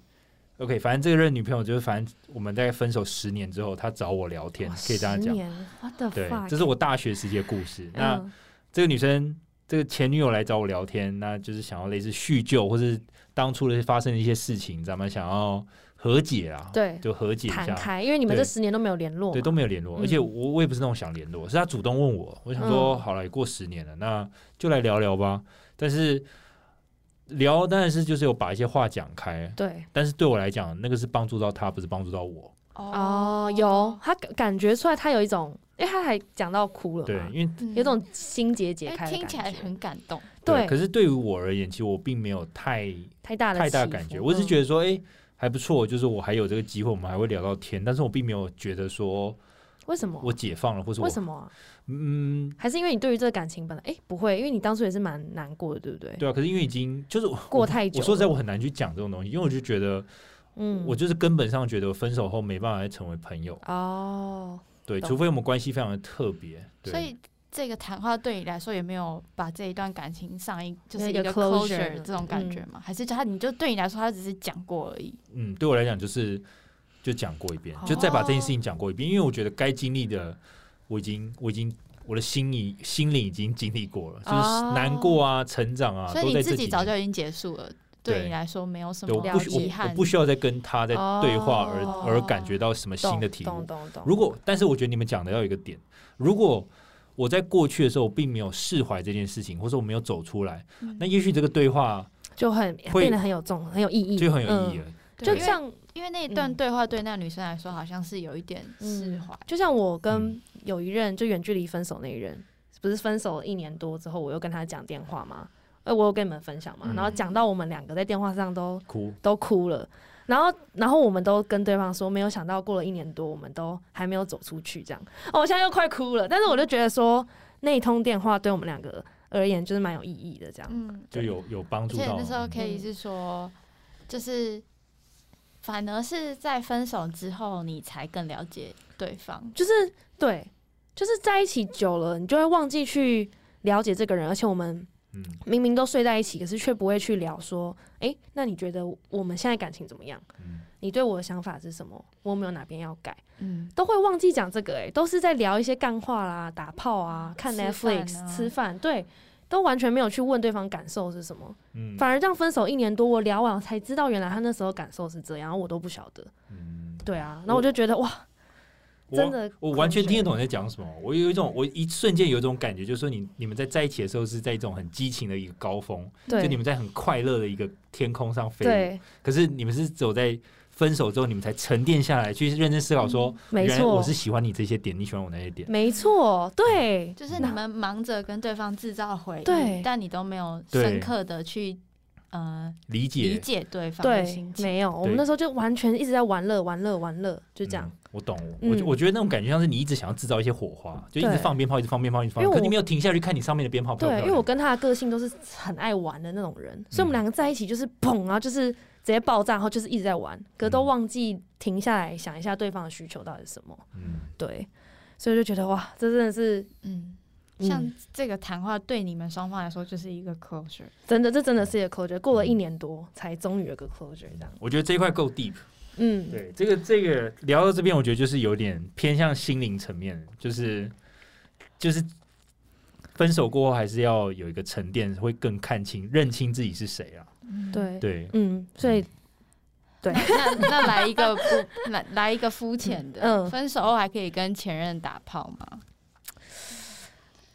Speaker 3: OK，反正这个任女朋友就是，反正我们大概分手十年之后，他找我聊天，可以这样
Speaker 2: 十
Speaker 3: 讲。
Speaker 2: 年，what the
Speaker 3: 对，
Speaker 2: fuck？
Speaker 3: 这是我大学时期的故事。那
Speaker 2: 嗯
Speaker 3: 这个女生，这个前女友来找我聊天，那就是想要类似叙旧，或是当初的发生的一些事情，咱们想要和解啊，
Speaker 2: 对
Speaker 3: 就和解一
Speaker 2: 坦
Speaker 3: 下。
Speaker 2: 开，因为你们
Speaker 3: 对
Speaker 2: 这十年都没有联络嘛，
Speaker 3: 对，都没有联络，
Speaker 2: 嗯
Speaker 3: 而且我我也不是那种想联络，是她主动问我，我想说、好了，也过十年了，那就来聊聊吧。但是聊当然是就是有把一些话讲开，
Speaker 2: 对
Speaker 3: 但是对我来讲，那个是帮助到她，不是帮助到我。
Speaker 2: 哦，有他感感觉出来，他有一种，因为他还讲到哭了
Speaker 3: 对
Speaker 2: 嘛，，
Speaker 3: 因为
Speaker 1: 嗯
Speaker 2: 有种心结解
Speaker 1: 哎
Speaker 2: 开的
Speaker 1: 听
Speaker 2: 感
Speaker 1: 起来
Speaker 2: 觉，
Speaker 1: 很感动。
Speaker 2: 对
Speaker 3: 可是对于我而言，其实我并没有太
Speaker 2: 太大的
Speaker 3: 太大
Speaker 2: 起
Speaker 3: 感觉，
Speaker 2: 伏
Speaker 3: 我只是
Speaker 2: 嗯
Speaker 3: 觉得说，哎、还不错，就是我还有这个机会，我们还会聊到天，但是我并没有觉得说
Speaker 2: 为什么？
Speaker 3: 我解放了，或是我
Speaker 2: 为什么啊？
Speaker 3: 嗯，
Speaker 2: 还是因为你对于这个感情本来哎、不会，因为你当初也是蛮难过的，对不对？
Speaker 3: 对啊，可是因为已经就是我
Speaker 2: 过太久
Speaker 3: 我说实在，我很难去讲这种东西，因为我就觉得
Speaker 2: 嗯，
Speaker 3: 我就是根本上觉得分手后没办法再成为朋友，
Speaker 2: 哦，
Speaker 3: 对，
Speaker 2: 懂
Speaker 3: 除非我们关系非常的特别，对
Speaker 1: 所以这个谈话对你来说有没有把这一段感情上一就是一
Speaker 2: 有
Speaker 1: 个
Speaker 2: closure 嗯
Speaker 1: closure 这种感觉吗？还是就他你就对你来说他只是讲过而已？
Speaker 3: 嗯，对我来讲就是就讲过一遍，就再把这件事情讲过一遍，因为我觉得该经历的我已经我已经。我的心已心里已经经历过了，就是
Speaker 1: 哦
Speaker 3: 难过啊、成长啊，
Speaker 1: 所
Speaker 3: 都
Speaker 1: 以
Speaker 3: 在
Speaker 1: 你
Speaker 3: 这
Speaker 1: 自
Speaker 3: 几
Speaker 1: 己早
Speaker 3: 年
Speaker 1: 就已经结束了，对
Speaker 3: 对
Speaker 1: 你来说没有什
Speaker 3: 对，我
Speaker 1: 么
Speaker 3: 不需我
Speaker 1: 遗
Speaker 3: 我
Speaker 1: 憾。
Speaker 3: 不需要再跟他在对话而、
Speaker 2: 哦
Speaker 3: 而感觉到什么新
Speaker 2: 懂
Speaker 3: 的体
Speaker 2: 懂
Speaker 3: 悟。
Speaker 2: 懂懂。
Speaker 3: 如果，但是我觉得你们讲的要有一个点，如果我在过去的时候我并没有释怀这件事情，或者我没有走出来，
Speaker 1: 嗯
Speaker 3: 那也许这个对话
Speaker 2: 就很
Speaker 3: 会
Speaker 2: 变得很有重，很有意义，
Speaker 3: 就很有意义了。
Speaker 2: 嗯。
Speaker 1: 对
Speaker 2: 就
Speaker 1: 因为
Speaker 2: 像
Speaker 1: 因为那一段
Speaker 2: 嗯
Speaker 1: 对话对那女生来说好像是有一点释怀。啊
Speaker 2: 就像我跟
Speaker 3: 嗯
Speaker 2: 有一任就远距离分手那一任，不是分手一年多之后，我又跟他讲电话嘛，呃，我有跟你们分享嘛，
Speaker 3: 嗯
Speaker 2: 然后讲到我们两个在电话上都
Speaker 3: 哭，
Speaker 2: 都哭了，然后然后我们都跟对方说，没有想到过了一年多，我们都还没有走出去，这样，哦，我现在又快哭了，但是我就觉得说那一通电话对我们两个而言就是蛮有意义的，这样，
Speaker 1: 嗯，
Speaker 3: 就有有帮
Speaker 1: 而
Speaker 3: 助
Speaker 1: 且
Speaker 3: 到
Speaker 1: 那时候
Speaker 3: 吗。
Speaker 1: 可以是说，就是反而是在分手之后，你才更了解对方。
Speaker 2: 就是对，就是在一起久了，你就会忘记去了解这个人，而且我们。
Speaker 3: 嗯，
Speaker 2: 明明都睡在一起，可是却不会去聊说，诶，那你觉得我们现在感情怎么样？
Speaker 3: 嗯
Speaker 2: 你对我的想法是什么？我有没有哪边要改？
Speaker 1: 嗯，
Speaker 2: 都会忘记讲这个、诶，都是在聊一些干话啦、打炮啊、看
Speaker 1: 吃饭
Speaker 2: Netflix、
Speaker 1: 啊
Speaker 2: 吃饭，对，都完全没有去问对方感受是什么，
Speaker 3: 嗯
Speaker 2: 反而这样分手一年多，我聊完才知道原来他那时候感受是这样，我都不晓得。
Speaker 3: 嗯，
Speaker 2: 对啊，然后我就觉得哇，
Speaker 3: 我
Speaker 2: 真的
Speaker 3: 我完全听得懂你在讲什么。我有一种，我一瞬间有一种感觉，就是说你你们在在一起的时候是在一种很激情的一个高峰，就你
Speaker 2: 对
Speaker 3: 们在很快乐的一个天空上飞舞。
Speaker 2: 对，
Speaker 3: 可是你们是走在分手之后，你们才沉淀下来，去认真思考说，
Speaker 2: 嗯没
Speaker 3: 原来我
Speaker 2: 错
Speaker 3: 是，喜欢你这些点，你喜欢我那些点。
Speaker 2: 没错，对，
Speaker 1: 就是你们忙着跟对方制造回
Speaker 2: 对
Speaker 1: 忆，但你都没有
Speaker 3: 对
Speaker 1: 深刻的去呃
Speaker 3: 理解，
Speaker 1: 理解对方的
Speaker 2: 对
Speaker 1: 心，情。
Speaker 2: 没有，我
Speaker 3: 对
Speaker 2: 们那时候就完全一直在玩乐、玩乐、玩乐，就这样。
Speaker 3: 嗯我懂，我
Speaker 2: 嗯
Speaker 3: 我我觉得那种感觉像是你一直想要制造一些火花，就一直
Speaker 2: 对
Speaker 3: 放鞭炮，一直放鞭炮，一直放鞭
Speaker 2: 因
Speaker 3: 炮，
Speaker 2: 为我
Speaker 3: 可是你没有停下去看你上面的鞭炮
Speaker 2: 对，
Speaker 3: 漂不漂
Speaker 2: 因
Speaker 3: 亮。嗯
Speaker 2: 为我跟他的个性都是很爱玩的那种人，所以我们两个在一起就是砰，然后就是直接爆炸，然后就是一直在玩，可
Speaker 3: 嗯
Speaker 2: 都忘记停下来想一下对方的需求到底是什么。
Speaker 3: 嗯，
Speaker 2: 对，所以就觉得哇，这真的是
Speaker 1: 嗯，
Speaker 2: 嗯
Speaker 1: 像这个谈话对你们双方来说就是一个 closure。
Speaker 2: 真的，这真的是一个 closure。过了
Speaker 3: 嗯
Speaker 2: 一年多才终于有个 closure，这样。
Speaker 3: 我觉得这一块够 deep。
Speaker 2: 嗯，
Speaker 3: 对，这个这个聊到这边，我觉得就是有点偏向心灵层面，就是就是分手过后还是要有一个沉淀，会更看清、认清自己是谁啊。
Speaker 2: 对，
Speaker 3: 对，
Speaker 2: 嗯，所以
Speaker 1: 那那来一个不来来一个肤浅的，
Speaker 2: 嗯
Speaker 1: 分手后还可以跟前任打炮吗？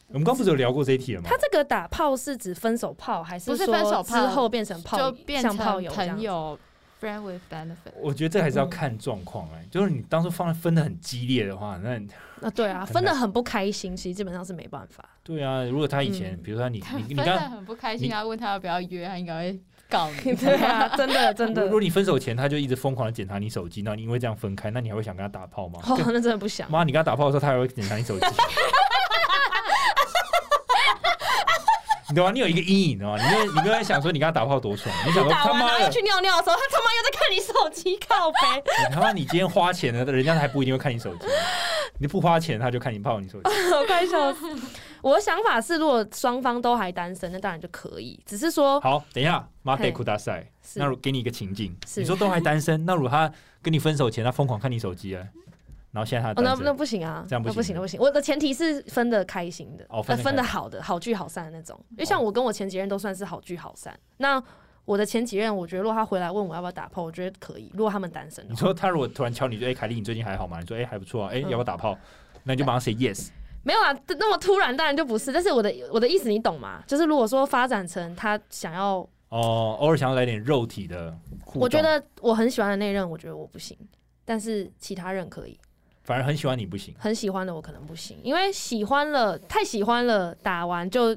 Speaker 3: 我们刚不是有聊过这一题了吗
Speaker 2: 他？这个打炮是指分手炮，还
Speaker 1: 不是
Speaker 2: 说
Speaker 1: 分手炮
Speaker 2: 之后变成炮，
Speaker 1: 就变
Speaker 2: 像
Speaker 1: 成
Speaker 2: 炮友这样
Speaker 1: 朋
Speaker 2: 子？
Speaker 1: 友，friend with benefit。
Speaker 3: 我觉得这还是
Speaker 2: 嗯
Speaker 3: 要看状况哎，就是你当初放分的很激烈的话，那
Speaker 2: 啊，
Speaker 1: <laughs>
Speaker 2: 对啊，
Speaker 3: 很
Speaker 2: 分的
Speaker 3: 难
Speaker 2: 很不开心，其实基本上是没办法。
Speaker 3: 对啊，如果他以前，
Speaker 2: 嗯
Speaker 3: 比如说你你你
Speaker 1: 分的
Speaker 3: 刚
Speaker 1: 很不开心啊，问他要不要约，他应该会告你。
Speaker 2: 对啊，真的真的
Speaker 3: 如，果你分手前他就一直疯狂的检查你手机，那你因为这样分开，那你还会想跟他打炮吗？
Speaker 2: <laughs> 哦，那真的不想。
Speaker 3: 妈，你跟他打炮的时候，他还会检查你手机。 <laughs> 你懂吗？你有一个阴影，你知哦道吗？你就你就在想说，你跟他打炮多爽，你想说
Speaker 2: 打
Speaker 3: 他
Speaker 2: 完
Speaker 3: 妈
Speaker 2: 然后
Speaker 3: 的
Speaker 2: 又，去尿尿的时候，他他妈又在看你手机，靠背。
Speaker 3: 你他妈你今天花钱了，人家还不一定会看你手机。你不花钱，他就看你泡你手机。
Speaker 2: 我 <laughs> 快笑死！我的想法是，如果双方都还单身，那当然就可以。只是说，
Speaker 3: 好，等一下，妈得
Speaker 2: 嘿
Speaker 3: 哭大赛。
Speaker 2: 是
Speaker 3: 那如给你一个情境，
Speaker 2: 是
Speaker 3: 你说都还单身，那如果他跟你分手前，他疯狂看你手机啊，然后现在他
Speaker 2: 哦，那
Speaker 3: 单身，
Speaker 2: 那不行啊，
Speaker 3: 这样不
Speaker 2: 那不
Speaker 3: 行
Speaker 2: 行，那不行。我的前提是分的开哦心的，
Speaker 3: 哦
Speaker 2: 呃
Speaker 3: 分得
Speaker 2: 分的
Speaker 3: 开
Speaker 2: 好的，好聚好散的那种。因为像我跟我前几任都算是好聚好散。那我的前几任，我觉得如果他回来问我要不要打炮，我觉得可以。如果他们单身的
Speaker 3: 你
Speaker 2: 话，
Speaker 3: 说他如果突然敲你，就哎、凯莉，你最近还好吗？你说哎、还不错啊，哎、
Speaker 2: 嗯
Speaker 3: 要不要打炮？那你就马上 say yes。
Speaker 2: 没有啊，那么突然当然就不是。但是我的我的意思你懂吗？就是如果说发展成他想要，
Speaker 3: 哦，偶尔想要来点肉体的互动，
Speaker 2: 我觉得我很喜欢的那一任，我觉得我不行，但是其他任可以。
Speaker 3: 反而很喜欢你不行。
Speaker 2: 很喜欢的我可能不行，因为喜欢了太喜欢了，打完就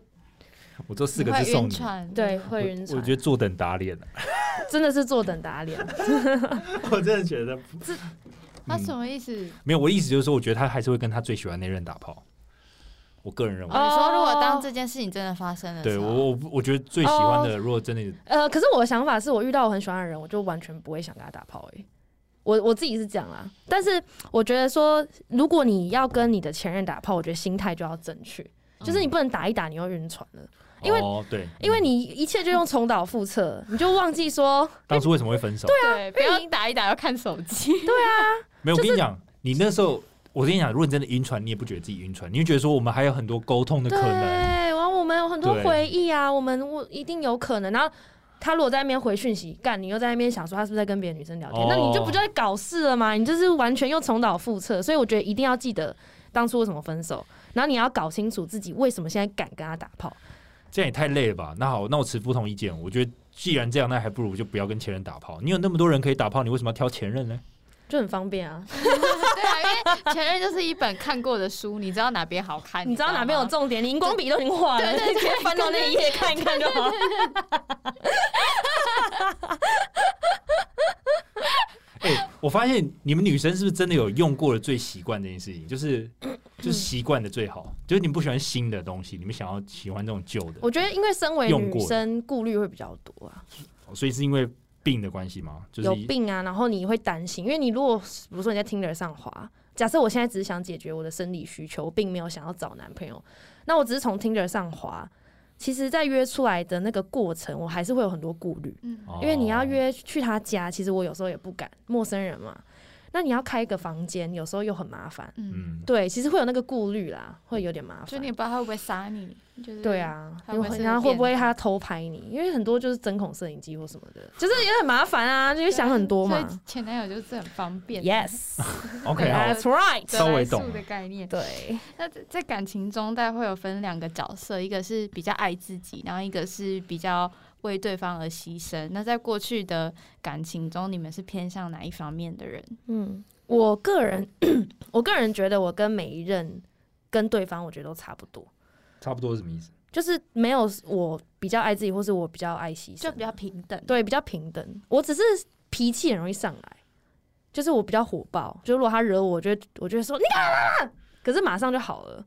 Speaker 3: 我这 <laughs> 四
Speaker 1: 你
Speaker 3: 个
Speaker 1: 会
Speaker 3: 字送
Speaker 1: 晕
Speaker 3: 你，
Speaker 1: 船，
Speaker 2: 对
Speaker 3: 嗯我
Speaker 2: 会晕船。
Speaker 3: 我觉得坐等
Speaker 2: <laughs>
Speaker 3: 打脸了，
Speaker 2: 真的是坐等打脸， <laughs>
Speaker 3: 我真的觉得这
Speaker 1: 那什么意思？
Speaker 3: 没有。我的意思就是说，我觉得他还是会跟他最喜欢那任打炮。我个人认为，
Speaker 2: 哦
Speaker 1: 哦，你说如果当这件事情真的发生了，
Speaker 3: 对我我我觉得最喜欢的，如果真的
Speaker 2: 呃，可是我的想法是我遇到我很喜欢的人，我就完全不会想跟他打炮诶、我我自己是这样啦，但是我觉得说，如果你要跟你的前任打炮，我觉得心态就要正确，就是
Speaker 3: 嗯
Speaker 2: 你不能打一打你又晕船了，因为
Speaker 3: 哦对，
Speaker 2: 因为你一切就用重蹈覆辙，你就忘记说，
Speaker 3: 当初为什么会分手？
Speaker 1: 对，不要打一打，要看手机。
Speaker 3: 没有，我跟你讲，你那时候，我跟你讲，如果你真的晕船，你也不觉得自己晕船，你会觉得说我们还有很多沟通的
Speaker 2: 对，
Speaker 3: 可能。
Speaker 2: 然后我们有很多
Speaker 3: 对
Speaker 2: 回忆啊，我们我一定有可能。然后他如果在那边回讯息，干你又在那边想说他是不是在跟别的女生聊天，
Speaker 3: 哦
Speaker 2: 那你就不就在搞事了吗？你就是完全又重蹈覆辙。所以我觉得一定要记得当初为什么分手，然后你要搞清楚自己为什么现在敢跟他打炮。
Speaker 3: 这样也太累了吧？那好，那我持不同意见。我觉得既然这样，那还不如就不要跟前任打炮。你有那么多人可以打炮，你为什么要挑前任 <laughs> 呢？
Speaker 2: 就很方便啊，
Speaker 1: <laughs> 对啊，因为前任就是一本看过的书，你知道哪边好看，
Speaker 2: 你知道哪边有
Speaker 1: 吗
Speaker 2: 重点，你荧光笔都已经画了，你直接翻到那一页看一看就好。
Speaker 3: 哎、我发现你们女生是不是真的有用过的最习惯这件事情？就是就是习惯的最好，就是你们不喜欢新的东西，你们想要喜欢这种旧的，
Speaker 2: 我觉得因为身为
Speaker 3: 用
Speaker 2: 女
Speaker 3: 过的
Speaker 2: 生，顾虑会比较多啊。
Speaker 3: 所以是因为病的关系吗？就是
Speaker 2: 有病啊，然后你会担心，因为你如果比如说你在 Tinder 上滑，假设我现在只是想解决我的生理需求，并没有想要找男朋友，那我只是从 Tinder 上滑，其实在约出来的那个过程，我还是会有很多顾虑，
Speaker 1: 嗯，
Speaker 3: 哦
Speaker 2: 因为你要约去他家，其实我有时候也不敢，陌生人嘛，那你要开一个房间，有时候又很麻烦，
Speaker 1: 嗯，
Speaker 3: 嗯，
Speaker 2: 对，其实会有那个顾虑啦，会有点麻
Speaker 3: 哦
Speaker 1: 就
Speaker 2: 烦
Speaker 1: 你。不知道他会不会杀你，就是
Speaker 2: 对，啊，
Speaker 1: 他
Speaker 2: 你
Speaker 1: 会不会
Speaker 2: 会
Speaker 1: 是
Speaker 2: 然后会不会
Speaker 1: 变
Speaker 2: 他偷拍你？因为很多就是针孔摄影机或什么的，就是也很麻烦啊，就是想很多嘛。
Speaker 1: 所以前男友就是很方便。
Speaker 2: <laughs> Yes,
Speaker 3: ，OK，
Speaker 1: 对啊
Speaker 3: 好，
Speaker 2: that's right.
Speaker 1: 得
Speaker 3: 稍微
Speaker 1: 来速
Speaker 3: 懂
Speaker 1: 的概念，
Speaker 2: 对，
Speaker 1: 那在在感情中，大概会有分两个角色，一个是比较爱自己，然后一个是比较为对方而牺牲。那在过去的感情中，你们是偏向哪一方面的人？
Speaker 2: 嗯，我个人， <clears throat> 我个人觉得我跟每一任跟对方，我觉得都差不多，
Speaker 3: 差不多是什么意思？
Speaker 2: 就是没有我比较爱自己，或是我比较爱牺牲，
Speaker 1: 就比较平等。
Speaker 2: 对比较平等。我只是脾气很容易上来，就是我比较火爆，就如果他惹我，我就会我就会说你干嘛可是马上就好了。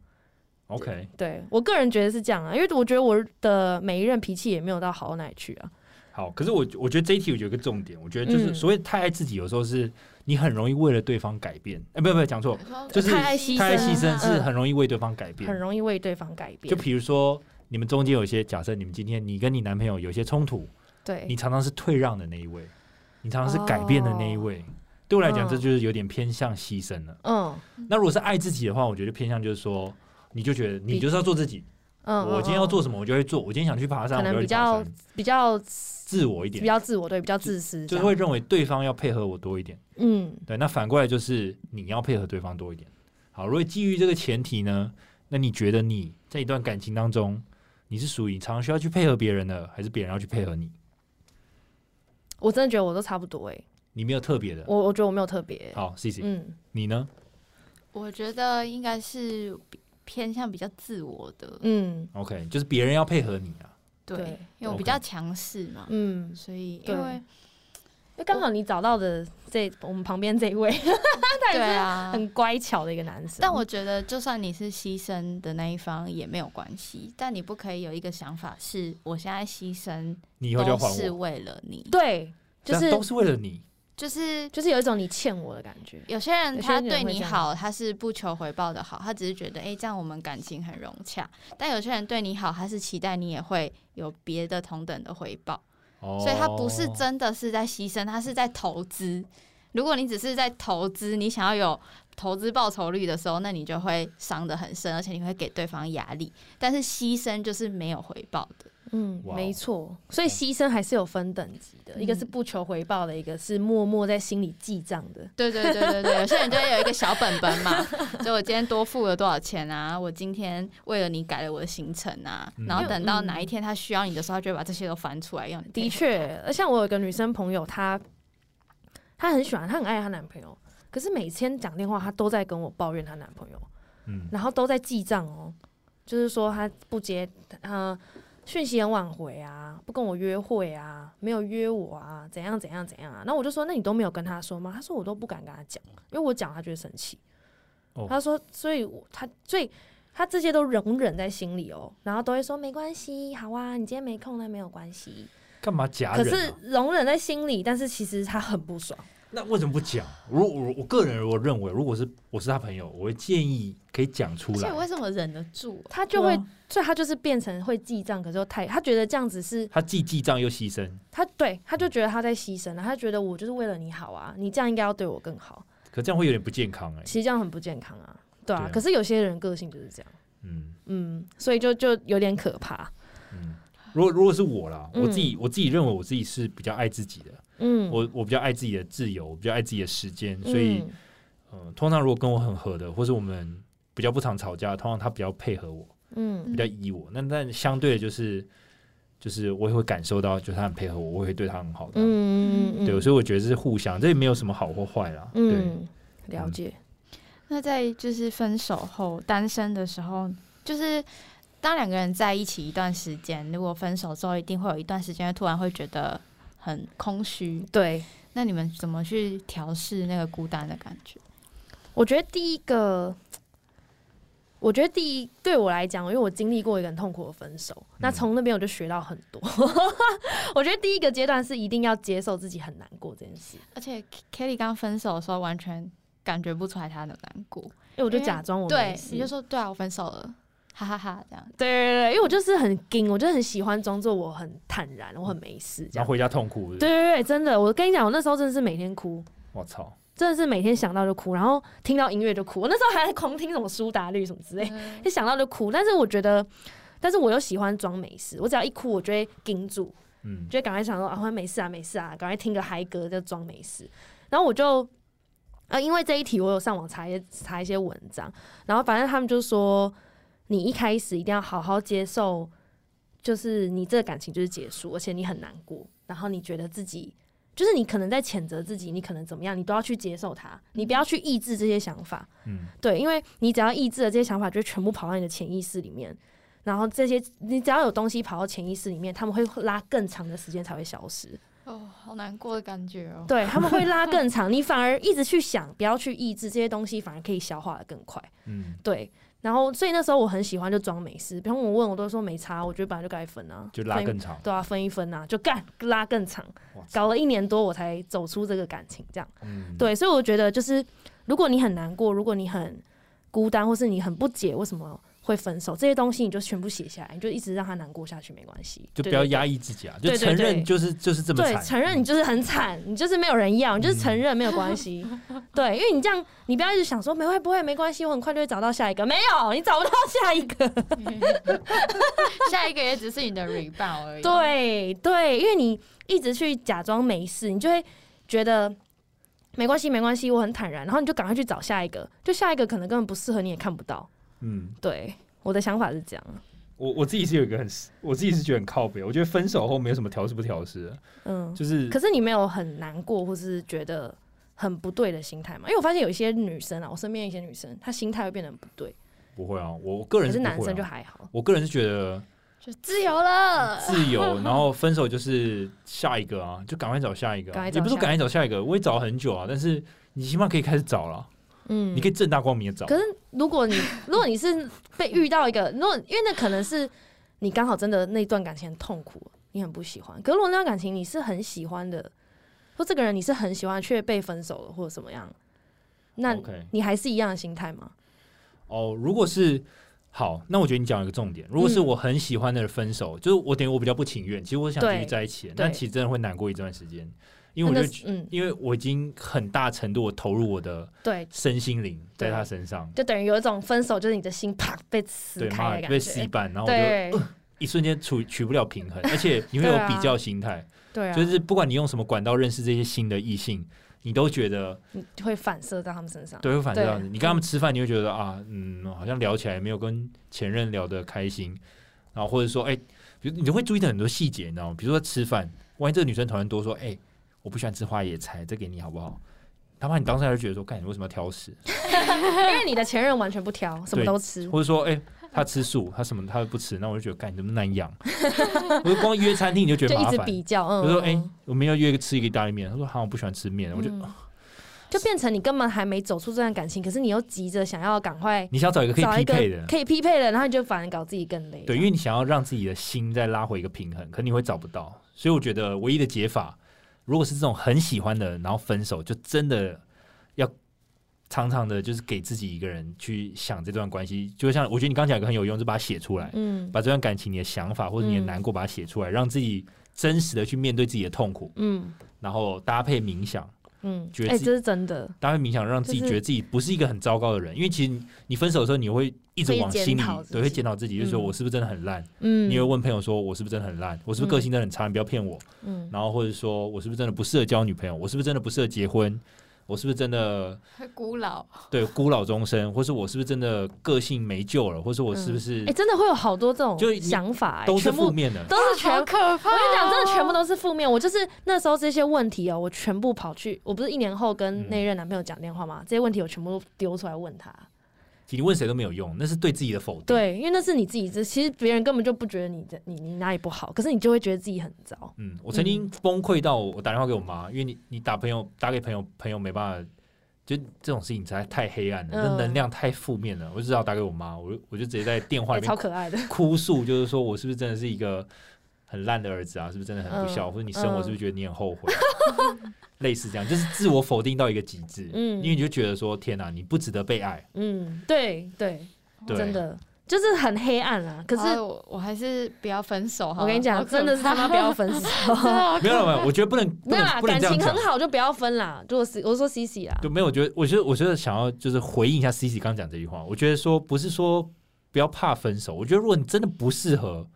Speaker 3: OK，
Speaker 2: 对我个人觉得是这样啊，因为我觉得我的每一任脾气也没有到好到哪里去啊。
Speaker 3: 好，可是我我觉得这一题有一个重点，我觉得就是
Speaker 2: 嗯
Speaker 3: 所谓太爱自己，有时候是你很容易为了对方改变，哎、不不，讲错，就是
Speaker 2: 太爱牺
Speaker 3: 太爱牺
Speaker 2: 牲
Speaker 3: 牲
Speaker 2: 啊
Speaker 3: 是很容易为对方改变
Speaker 2: 很。容易为对方改变
Speaker 3: 就，比如说，你们中间有一些假设，你们今天你跟你男朋友有一些冲突，
Speaker 2: 对，
Speaker 3: 你常常是退让的那一位，你常常是改变的那一位。对我来
Speaker 2: 嗯
Speaker 3: 讲，这就是有点偏向牺牲了。
Speaker 2: 嗯
Speaker 3: 那如果是爱自己的话，我觉得偏向就是说，你就觉得你就是要做自己，
Speaker 2: 嗯，
Speaker 3: 我今天
Speaker 2: 嗯
Speaker 3: 要
Speaker 2: 嗯
Speaker 3: 做什么，我就会做。我今天想去爬山，
Speaker 2: 可
Speaker 3: 我
Speaker 2: 能
Speaker 3: 就会
Speaker 2: 比
Speaker 3: 去爬
Speaker 2: 较
Speaker 3: 山。
Speaker 2: 比较
Speaker 3: 自我一
Speaker 2: 比
Speaker 3: 点，
Speaker 2: 较自我，对，比较自私这
Speaker 3: 就是
Speaker 2: 样，
Speaker 3: 会认为对方要配合我多一点。
Speaker 2: 嗯
Speaker 3: 对，那反过来就是你要配合对方多一点。好，如果基于这个前提呢，那你觉得你在一段感情当中，你是属于常常需要去配合别人的，还是别人要去配合你？
Speaker 2: 我真的觉得我都差不多哎、欸，
Speaker 3: 你没有特别的。
Speaker 2: 我我觉得我没有特别欸、
Speaker 3: 啊好，C C，、
Speaker 2: 嗯，
Speaker 3: 你呢
Speaker 1: 我觉得应该是比偏向比较自我的，
Speaker 2: 嗯
Speaker 3: ？OK，就是别人要配合你啊。
Speaker 1: 对，
Speaker 2: 对
Speaker 1: 因为我比
Speaker 3: OK
Speaker 1: 较强势嘛，
Speaker 2: 嗯，
Speaker 1: 所以
Speaker 2: 对
Speaker 1: 因为
Speaker 2: 因为刚好你找到的这我们旁边这一位，他
Speaker 1: 对
Speaker 2: 也是
Speaker 1: 啊，
Speaker 2: 很乖巧的一个男生。
Speaker 1: 但我觉得就算你是牺牲的那一方也没有关系，但你不可以有一个想法是我现在牺牲
Speaker 3: 你以后就要
Speaker 1: 都
Speaker 3: 还
Speaker 1: 是
Speaker 3: 我，
Speaker 1: 为了你，
Speaker 2: 嗯对，就
Speaker 3: 这
Speaker 2: 是
Speaker 3: 样都是为了你。
Speaker 1: 就是
Speaker 2: 就是有一种你欠我的感觉。
Speaker 1: 有些人
Speaker 2: 有些
Speaker 1: 他
Speaker 2: 人
Speaker 1: 对
Speaker 2: 会
Speaker 1: 你
Speaker 2: 这样
Speaker 1: 好，他是不求回报的好，他只是觉得哎、诶这样我们感情很融洽。但有些人对你好，他是期待你也会有别的同等的回报，
Speaker 3: 哦
Speaker 1: 所以他不是真的是在牺牲，他是在投资。如果你只是在投资，你想要有投资报酬率的时候，那你就会伤得很深，而且你会给对方压力。但是牺牲就是没有回报的，
Speaker 2: 嗯，
Speaker 3: 哇哦
Speaker 2: 没错，所以牺牲还是有分等级的，
Speaker 1: 嗯
Speaker 2: 一个是不求回报的，一个是默默在心里记账的。
Speaker 1: 对对对对对，有些人就会有一个小本本 <laughs> 嘛，就我今天多付了多少钱啊，我今天为了你改了我的行程啊，
Speaker 3: 嗯
Speaker 1: 然后等到哪一天他需要你的时候，他就会把这些都翻出来用。
Speaker 2: 的，确，呃像我有一个女生朋友，她她很喜欢，她很爱她男朋友，可是每天讲电话，她都在跟我抱怨她男朋友，
Speaker 3: 嗯，
Speaker 2: 然后都在记账哦，就是说她不接，呃，讯息很晚回啊，不跟我约会啊，没有约我啊，怎样怎样怎样啊。那我就说，那你都没有跟她说吗？她说我都不敢跟她讲，因为我讲她就会生气。
Speaker 3: 哦
Speaker 2: 她说，所以我她所以。她这些都容忍在心里哦，然后都会说没关系，好啊，你今天没空那没有关系，
Speaker 3: 干嘛夹
Speaker 2: 可
Speaker 3: 人、啊？
Speaker 2: 是容忍在心里，但是其实他很不爽。
Speaker 3: 那为什么不讲？如果我我个人如果认为，如果是我是他朋友，我会建议可以讲出
Speaker 4: 而且
Speaker 3: 来。
Speaker 4: 为什么忍得住啊、
Speaker 2: 他就会
Speaker 4: 对啊，
Speaker 2: 所以他就是变成会记账，可是又太，他觉得这样子是
Speaker 3: 他既记账又牺牲，
Speaker 2: 他对，他就觉得他在牺牲了，啊他觉得我就是为了你好啊，你这样应该要对我更好，
Speaker 3: 可这样会有点不健康哎、
Speaker 2: 其实这样很不健康啊，对啊。
Speaker 3: 对啊
Speaker 2: 可是有些人个性就是这样，
Speaker 3: 嗯
Speaker 2: 嗯，所以就就有点可怕，
Speaker 3: 嗯，如果如果是我啦，
Speaker 2: 嗯
Speaker 3: 我自己、我自己认为我自己是比较爱自己的，
Speaker 2: 嗯，
Speaker 3: 我我比较爱自己的自由，我比较爱自己的时间，所以嗯、呃通常如果跟我很合的，或是我们比较不常吵架，通常他比较配合我，
Speaker 2: 嗯，嗯
Speaker 3: 比较依我。那但相对的就是就是我也会感受到，就是他很配合我，我也会对他很好的。
Speaker 2: 嗯嗯，
Speaker 3: 对，
Speaker 2: 嗯
Speaker 3: 所以我觉得这是互相，这也没有什么好或坏啦。对，
Speaker 2: 嗯，了解，
Speaker 1: 那在就是分手后单身的时候，就是当两个人在一起一段时间，如果分手之后，一定会有一段时间突然会觉得很空虚。
Speaker 2: 对，
Speaker 1: 那你们怎么去调试那个孤单的感觉？
Speaker 2: 我觉得第一个，我觉得第一对我来讲，因为我经历过一个很痛苦的分手，
Speaker 3: 嗯
Speaker 2: 那从那边我就学到很多。 <laughs> 我觉得第一个阶段是一定要接受自己很难过这件事，
Speaker 1: 而且 Kelly 刚分手的时候，完全感觉不出来她的难过。
Speaker 2: 因为我就
Speaker 1: 因为
Speaker 2: 假装我没
Speaker 1: 哎对，
Speaker 2: 事
Speaker 1: 你就说对啊，我分手了，哈哈哈这样。
Speaker 2: 对对对，因为我就是很硬，我就很喜欢装作我很坦然，我很没事这
Speaker 3: 然
Speaker 2: 样
Speaker 3: 后。回家痛苦，
Speaker 2: 对，对对，真的，我跟你讲，我那时候真的是每天哭，
Speaker 3: 我操，
Speaker 2: 真的是每天想到就哭，然后听到音乐就哭。我那时候还狂听什么苏打绿什么之类的
Speaker 1: 嗯
Speaker 2: 一想到就哭。但是我觉得，但是我又喜欢装没事，我只要一哭，我就会盯住，
Speaker 3: 嗯，
Speaker 2: 就会赶快想说啊，没事啊，没事啊，赶快听个嗨歌就装没事。然后我就，呃，因为这一题我有上网查一些查一些文章，然后反正他们就说，你一开始一定要好好接受，就是你这个感情就是结束，而且你很难过，然后你觉得自己。就是你可能在谴责自己，你可能怎么样，你都要去接受它，你不要去抑制这些想法。
Speaker 3: 嗯，
Speaker 2: 对，因为你只要抑制了这些想法，就会全部跑到你的潜意识里面，然后这些你只要有东西跑到潜意识里面，他们会拉更长的时间才会消失。
Speaker 1: 哦，好难过的感觉哦。
Speaker 2: 对，他们会拉更长，你反而一直去想，不要去抑制这些东西，反而可以消化的更快。
Speaker 3: 嗯，
Speaker 2: 对，然后所以那时候我很喜欢就装没事，比方我问我都说没差，我觉得本来就该分啊，
Speaker 3: 就拉
Speaker 2: 分一
Speaker 3: 更长，
Speaker 2: 对啊，分一分啊，就干拉更长
Speaker 3: 哇，塞
Speaker 2: 搞了一年多我才走出这个感情这样。
Speaker 3: 嗯，
Speaker 2: 对，所以我觉得就是，如果你很难过，如果你很孤单，或是你很不解为什么会分手，这些东西你就全部写下来，你就一直让他难过下去，没关系。
Speaker 3: 就
Speaker 2: 对
Speaker 3: 不要
Speaker 2: 对
Speaker 3: 压抑自己啊，就
Speaker 2: 对对
Speaker 3: 承
Speaker 2: 对
Speaker 3: 认就是就是这么
Speaker 2: 对，
Speaker 3: 惨，嗯
Speaker 2: 承认你就是很惨，你就是没有人要，你就是承认没有关
Speaker 3: <laughs>
Speaker 2: 系。对，因为你这样，你不要一直想说没会不会没关系，我很快就会找到下一个。没有，你找不到下一个。
Speaker 1: 下一个也只是你的 rebound 而已。
Speaker 2: 对对，因为你一直去假装没事，你就会觉得没关系没关系，我很坦然，然后你就赶快去找下一个，就下一个可能根本不适合你也看不到。
Speaker 3: 嗯，
Speaker 2: 对，我的想法是这样。
Speaker 3: 我我自己是有一个很， <laughs> 我自己是觉得很靠北，我觉得分手后没有什么调试不调试的，
Speaker 2: 嗯，
Speaker 3: 就是
Speaker 2: 可是你没有很难过，或是觉得很不对的心态嘛？因为我发现有一些女生啊，我身边一些女生，她心态会变得很不对，
Speaker 3: 不会啊，我我个
Speaker 2: 可
Speaker 3: 人
Speaker 2: 是
Speaker 3: 不会啊
Speaker 2: 男生就还好。
Speaker 3: 我个人是觉得
Speaker 1: 就自由了。
Speaker 3: 自由，然后分手就是下一个啊，就赶快找下一个、
Speaker 2: 赶
Speaker 3: 啊。
Speaker 2: 快找
Speaker 3: 也不是
Speaker 2: 下一个
Speaker 3: 说赶快找下一个，我也找很久啊，但是你起码可以开始找了，
Speaker 2: 嗯
Speaker 3: 你可以正大光明的找
Speaker 2: 可。是如果你如果你是被遇到一个，如果因为那可能是你刚好真的那段感情很痛苦，你很不喜欢。可是如果那段感情你是很喜欢的，或这个人你是很喜欢却被分手了或者怎么样，那
Speaker 3: OK，
Speaker 2: 你还是一样的心态吗？
Speaker 3: 哦，如果是好，那我觉得你讲了一个重点，如果是
Speaker 2: 嗯
Speaker 3: 我很喜欢的人分手，就是我等于我比较不情愿，其实我想继
Speaker 2: 对
Speaker 3: 续在一起，那
Speaker 2: 对
Speaker 3: 其实真的会难过一段时间，因为
Speaker 2: 那
Speaker 3: 我
Speaker 2: 个
Speaker 3: 就是
Speaker 2: 嗯，
Speaker 3: 因为我已经很大程度我投入我的
Speaker 2: 对，
Speaker 3: 身心灵在
Speaker 2: 对
Speaker 3: 他身上，
Speaker 2: 就等于有一种分手就是你的心啪被撕
Speaker 3: 对，
Speaker 2: 开
Speaker 3: 妈
Speaker 2: 的
Speaker 3: 被
Speaker 2: 感
Speaker 3: 洗
Speaker 2: 觉。
Speaker 3: 版，然后我就 <laughs>
Speaker 2: 对
Speaker 3: 一瞬间取取不了平
Speaker 2: <laughs>
Speaker 3: 衡，而且你会有
Speaker 2: 对啊
Speaker 3: 比较心态，
Speaker 2: 对啊，
Speaker 3: 就是不管你用什么管道认识这些新的异性，你都觉得
Speaker 2: 你会反射到他们身上。
Speaker 3: 对会反这样子。
Speaker 2: 对
Speaker 3: 你跟他们吃饭，你会觉得啊，嗯，好像聊起来没有跟前任聊得开心，然后或者说，哎、比如你就会注意到很多细节，你知道吗？比如说吃饭，万一这个女生讨厌多说，哎、我不喜欢吃花野菜，这给你好不好？他怕你当时还是觉得说，干你为什么要挑食？
Speaker 2: 因为你的前任完全不挑，什么
Speaker 3: 对
Speaker 2: 都吃。
Speaker 3: 或者说，哎、他吃素，他什么他不吃，那我就觉得，干你怎么那么难养？ <laughs> 我就光约餐厅你就觉
Speaker 2: 就
Speaker 3: 得
Speaker 2: 一
Speaker 3: 麻
Speaker 2: 直
Speaker 3: 烦。
Speaker 2: 比较，嗯，
Speaker 3: 我说，
Speaker 2: 嗯
Speaker 3: 哎、
Speaker 2: 嗯
Speaker 3: 我们要约个吃一个意大利面。他说，好，我不喜欢吃面。我就，
Speaker 2: 嗯就变成你根本还没走出这段感情，可是你又急着想要赶快
Speaker 3: 你想找一个可以
Speaker 2: 找一
Speaker 3: 匹
Speaker 2: 个
Speaker 3: 配的，
Speaker 2: 可以匹配的，然后你就反而搞自己更累。
Speaker 3: 对，因为你想要让自己的心再拉回一个平衡，可你会找不到。所以我觉得唯一的解法，如果是这种很喜欢的人，然后分手，就真的要常常的，就是给自己一个人去想这段关系。就像我觉得你刚讲一个很有用，就把它写出来，
Speaker 2: 嗯
Speaker 3: 把这段感情、你的想法或者你的
Speaker 2: 嗯
Speaker 3: 难过，把它写出来，让自己真实的去面对自己的痛苦，
Speaker 2: 嗯
Speaker 3: 然后搭配冥想，
Speaker 2: 嗯
Speaker 3: 觉，得
Speaker 2: 哎，
Speaker 3: 自己
Speaker 2: 这是真的，
Speaker 3: 搭配冥想，让自己
Speaker 2: 就是
Speaker 3: 觉得自己不是一个很糟糕的人。因为其实你你分手的时候，你会一直
Speaker 2: 会
Speaker 3: 往
Speaker 2: 检
Speaker 3: 心里
Speaker 2: 讨自
Speaker 3: 对会
Speaker 2: 己
Speaker 3: 检讨自己，就是说
Speaker 2: 嗯
Speaker 3: 我是不是真的很烂。
Speaker 2: 嗯
Speaker 3: 你会问朋友说：“我是不是真的很烂？我是不是个性真的很差？你不要骗我。
Speaker 2: 嗯”
Speaker 3: 然后或者说：“我是不是真的不适合交女朋友？我是不是真的不适合结婚？我是不是真的
Speaker 1: 会古老，
Speaker 3: 对孤老终生？或是我是不是真的个性没救了？或是我是不是
Speaker 2: 哎，真的会有好多这种
Speaker 3: 就你
Speaker 2: 想法，哎
Speaker 3: 都是
Speaker 2: 全
Speaker 3: 负
Speaker 2: 部
Speaker 3: 面的？
Speaker 2: 都是全
Speaker 1: 好可怕、
Speaker 2: 我跟你
Speaker 3: 哦
Speaker 2: 讲，真的全部都是负面。我就是那时候这些问题哦，我全部跑去，我不是一年后跟那任男朋友讲电话
Speaker 3: 嗯
Speaker 2: 吗？这些问题我全部都丢出来问他。
Speaker 3: 其实你问谁都没有用，那是对自己的否定。
Speaker 2: 对，因为那是你自己知，其实别人根本就不觉得你的你你哪里不好，可是你就会觉得自己很糟。
Speaker 3: 嗯，我曾经崩溃到我打电话给我妈，因为你你打朋友打给朋友，朋友没办法，就这种事情实在太黑暗了，
Speaker 2: 嗯
Speaker 3: 那能量太负面了，我就只好打给我妈，我就我就直接在电话
Speaker 2: 也 <laughs>
Speaker 3: 里面
Speaker 2: 哎超可
Speaker 3: <laughs>
Speaker 2: 爱的，
Speaker 3: 哭诉，就是说我是不是真的是一个很烂的儿子啊？是不是真的很不孝？
Speaker 2: 嗯
Speaker 3: 或者你生我
Speaker 2: 嗯
Speaker 3: 是不是觉得你很后悔？ <laughs> 类似这样，就是自我否定到一个极致，
Speaker 2: 嗯
Speaker 3: 因为你就觉得说天哪、你不值得被爱，
Speaker 2: 嗯，对对，
Speaker 3: 对，
Speaker 2: 哦真的就是很黑暗啊。可
Speaker 1: 好
Speaker 2: 是
Speaker 1: 了我我还是不要分手哈。
Speaker 2: 我跟你
Speaker 1: 好
Speaker 2: 讲，
Speaker 1: 可
Speaker 2: 真的是他
Speaker 1: 怕
Speaker 2: 妈不
Speaker 1: <laughs>
Speaker 2: 要分手，
Speaker 3: <laughs>
Speaker 1: 真的好
Speaker 3: 没有没有，我觉得不能不
Speaker 2: 没有
Speaker 3: 能
Speaker 2: 啦，
Speaker 3: 不能
Speaker 2: 感
Speaker 3: 这样
Speaker 2: 情
Speaker 3: 讲
Speaker 2: 很。好就不要分啦。如果是我说 C C 啦，
Speaker 3: 就没有，我觉得，我觉得，我觉得想要就是回应一下 C C 刚讲这句话。我觉得说不是说不要怕分手，我觉得如果你真的不适合，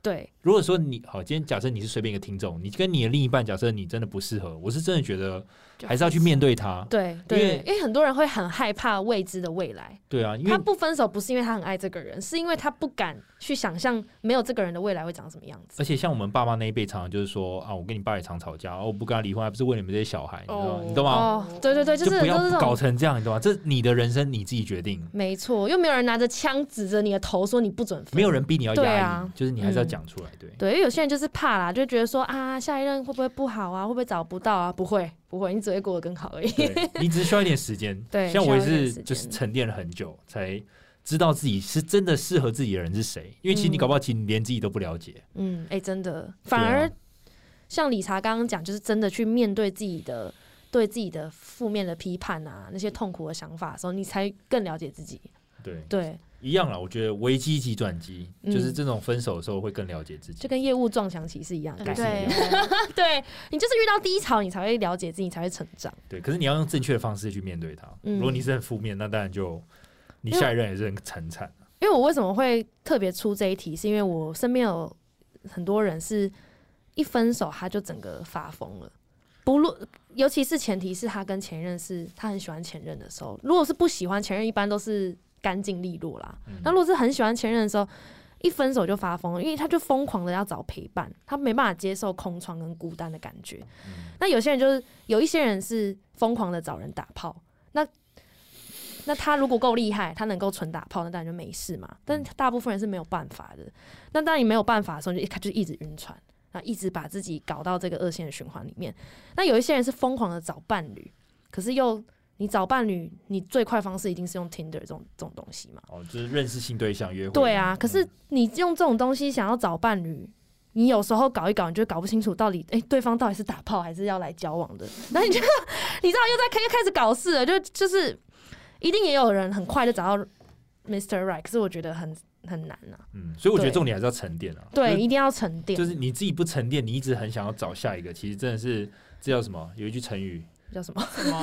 Speaker 2: 对，
Speaker 3: 如果说你好，今天假设你是随便一个听众，你跟你的另一半，假设你真的不适合，我是真的觉得还是要去面对他。
Speaker 2: 对
Speaker 3: 因
Speaker 2: 对
Speaker 3: 为，
Speaker 2: 因为很多人会很害怕未知的未来。
Speaker 3: 对啊，因为
Speaker 2: 他不分手不是因为他很爱这个人，是因为他不敢去想象没有这个人的未来会长什么样子。
Speaker 3: 而且像我们爸妈那一辈，常常就是说啊，我跟你爸也常吵架，哦，我不跟他离婚，还不是为你们这些小孩，你知道吗？
Speaker 1: 哦
Speaker 3: 你懂吗？
Speaker 2: 哦，对对对，就是
Speaker 3: 不
Speaker 2: 都是这
Speaker 3: 要搞
Speaker 2: 种，
Speaker 3: 成这样，你懂吗？这是你的人生你自己决定，
Speaker 2: 没错，又没有人拿着枪指着你的头说你不准分，
Speaker 3: 没有人逼你要压
Speaker 2: 对
Speaker 3: 抑，
Speaker 2: 啊
Speaker 3: 就是你还是要
Speaker 2: 嗯
Speaker 3: 讲出来，对。
Speaker 2: 对，因为有些人就是怕啦，就觉得说啊，下一任会不会不好啊，会不会找不到啊？不会，不会，你只会过得更好而已。
Speaker 3: 对 <laughs> 你只是需要一点时间。
Speaker 2: 对
Speaker 3: 像我也
Speaker 2: 需要一点时
Speaker 3: 是，
Speaker 2: 间
Speaker 3: 就是沉淀了很久，才知道自己是真的适合自己的人是谁。因为其实你
Speaker 2: 嗯
Speaker 3: 搞不好，其实你连自己都不了解。
Speaker 2: <laughs> 嗯，哎、真的，反
Speaker 3: 对啊
Speaker 2: 而像理查刚刚讲，就是真的去面对自己的对自己的负面的批判啊，那些痛苦的想法的时候，你才更了解自己。
Speaker 3: 对，
Speaker 2: 对，
Speaker 3: 一样啦。我觉得危机即转机，
Speaker 2: 嗯
Speaker 3: 就是这种分手的时候会更了解自己
Speaker 2: 就。跟业务撞墙期是一样的
Speaker 3: 对
Speaker 2: 感觉。
Speaker 1: 对，
Speaker 2: 对你就是遇到低潮，你才会了解自己，你才会成长。
Speaker 3: 对，可是你要用正确的方式去面对它。
Speaker 2: 嗯
Speaker 3: 如果你是很负面，那当然就你
Speaker 2: 因为
Speaker 3: 下一任也是很惨惨。啊
Speaker 2: 因为我为什么会特别出这一题，是因为我身边有很多人是一分手他就整个发疯了，不论尤其是前提是他跟前任是他很喜欢前任的时候，如果是不喜欢前任，一般都是干净利落啦。
Speaker 3: 嗯
Speaker 2: 那如果是很喜欢前任的时候，一分手就发疯，因为他就疯狂的要找陪伴，他没办法接受空窗跟孤单的感觉。那有些人就是有一些人是疯狂的找人打炮，那那他如果够厉害，他能够纯打炮，那当然就没事嘛。但大部分人是没有办法的。那当你没有办法的时候，就一开就一直晕船，然后一直把自己搞到这个恶性的循环里面。那有一些人是疯狂的找伴侣，可是又你找伴侣，你最快方式一定是用 Tinder 这种这种东西嘛？
Speaker 3: 哦，就是认识新对象约会。
Speaker 2: 对啊，可是你用这种东西想要找伴侣，你有时候搞一搞，你就搞不清楚到底哎、诶对方到底是打炮还是要来交往的，然后你就你知道又在开又开始搞事了，就就是一定也有人很快就找到 Mr. Right，可是我觉得很很难啊，
Speaker 3: 嗯，所以我觉得
Speaker 2: 对
Speaker 3: 重点还是要沉淀啊。
Speaker 2: 对，
Speaker 3: 就是
Speaker 2: 一定要沉淀，
Speaker 3: 就是你自己不沉淀，你一直很想要找下一个，其实真的是这叫什么？有一句成语
Speaker 2: 叫什么？ <laughs>
Speaker 1: 什么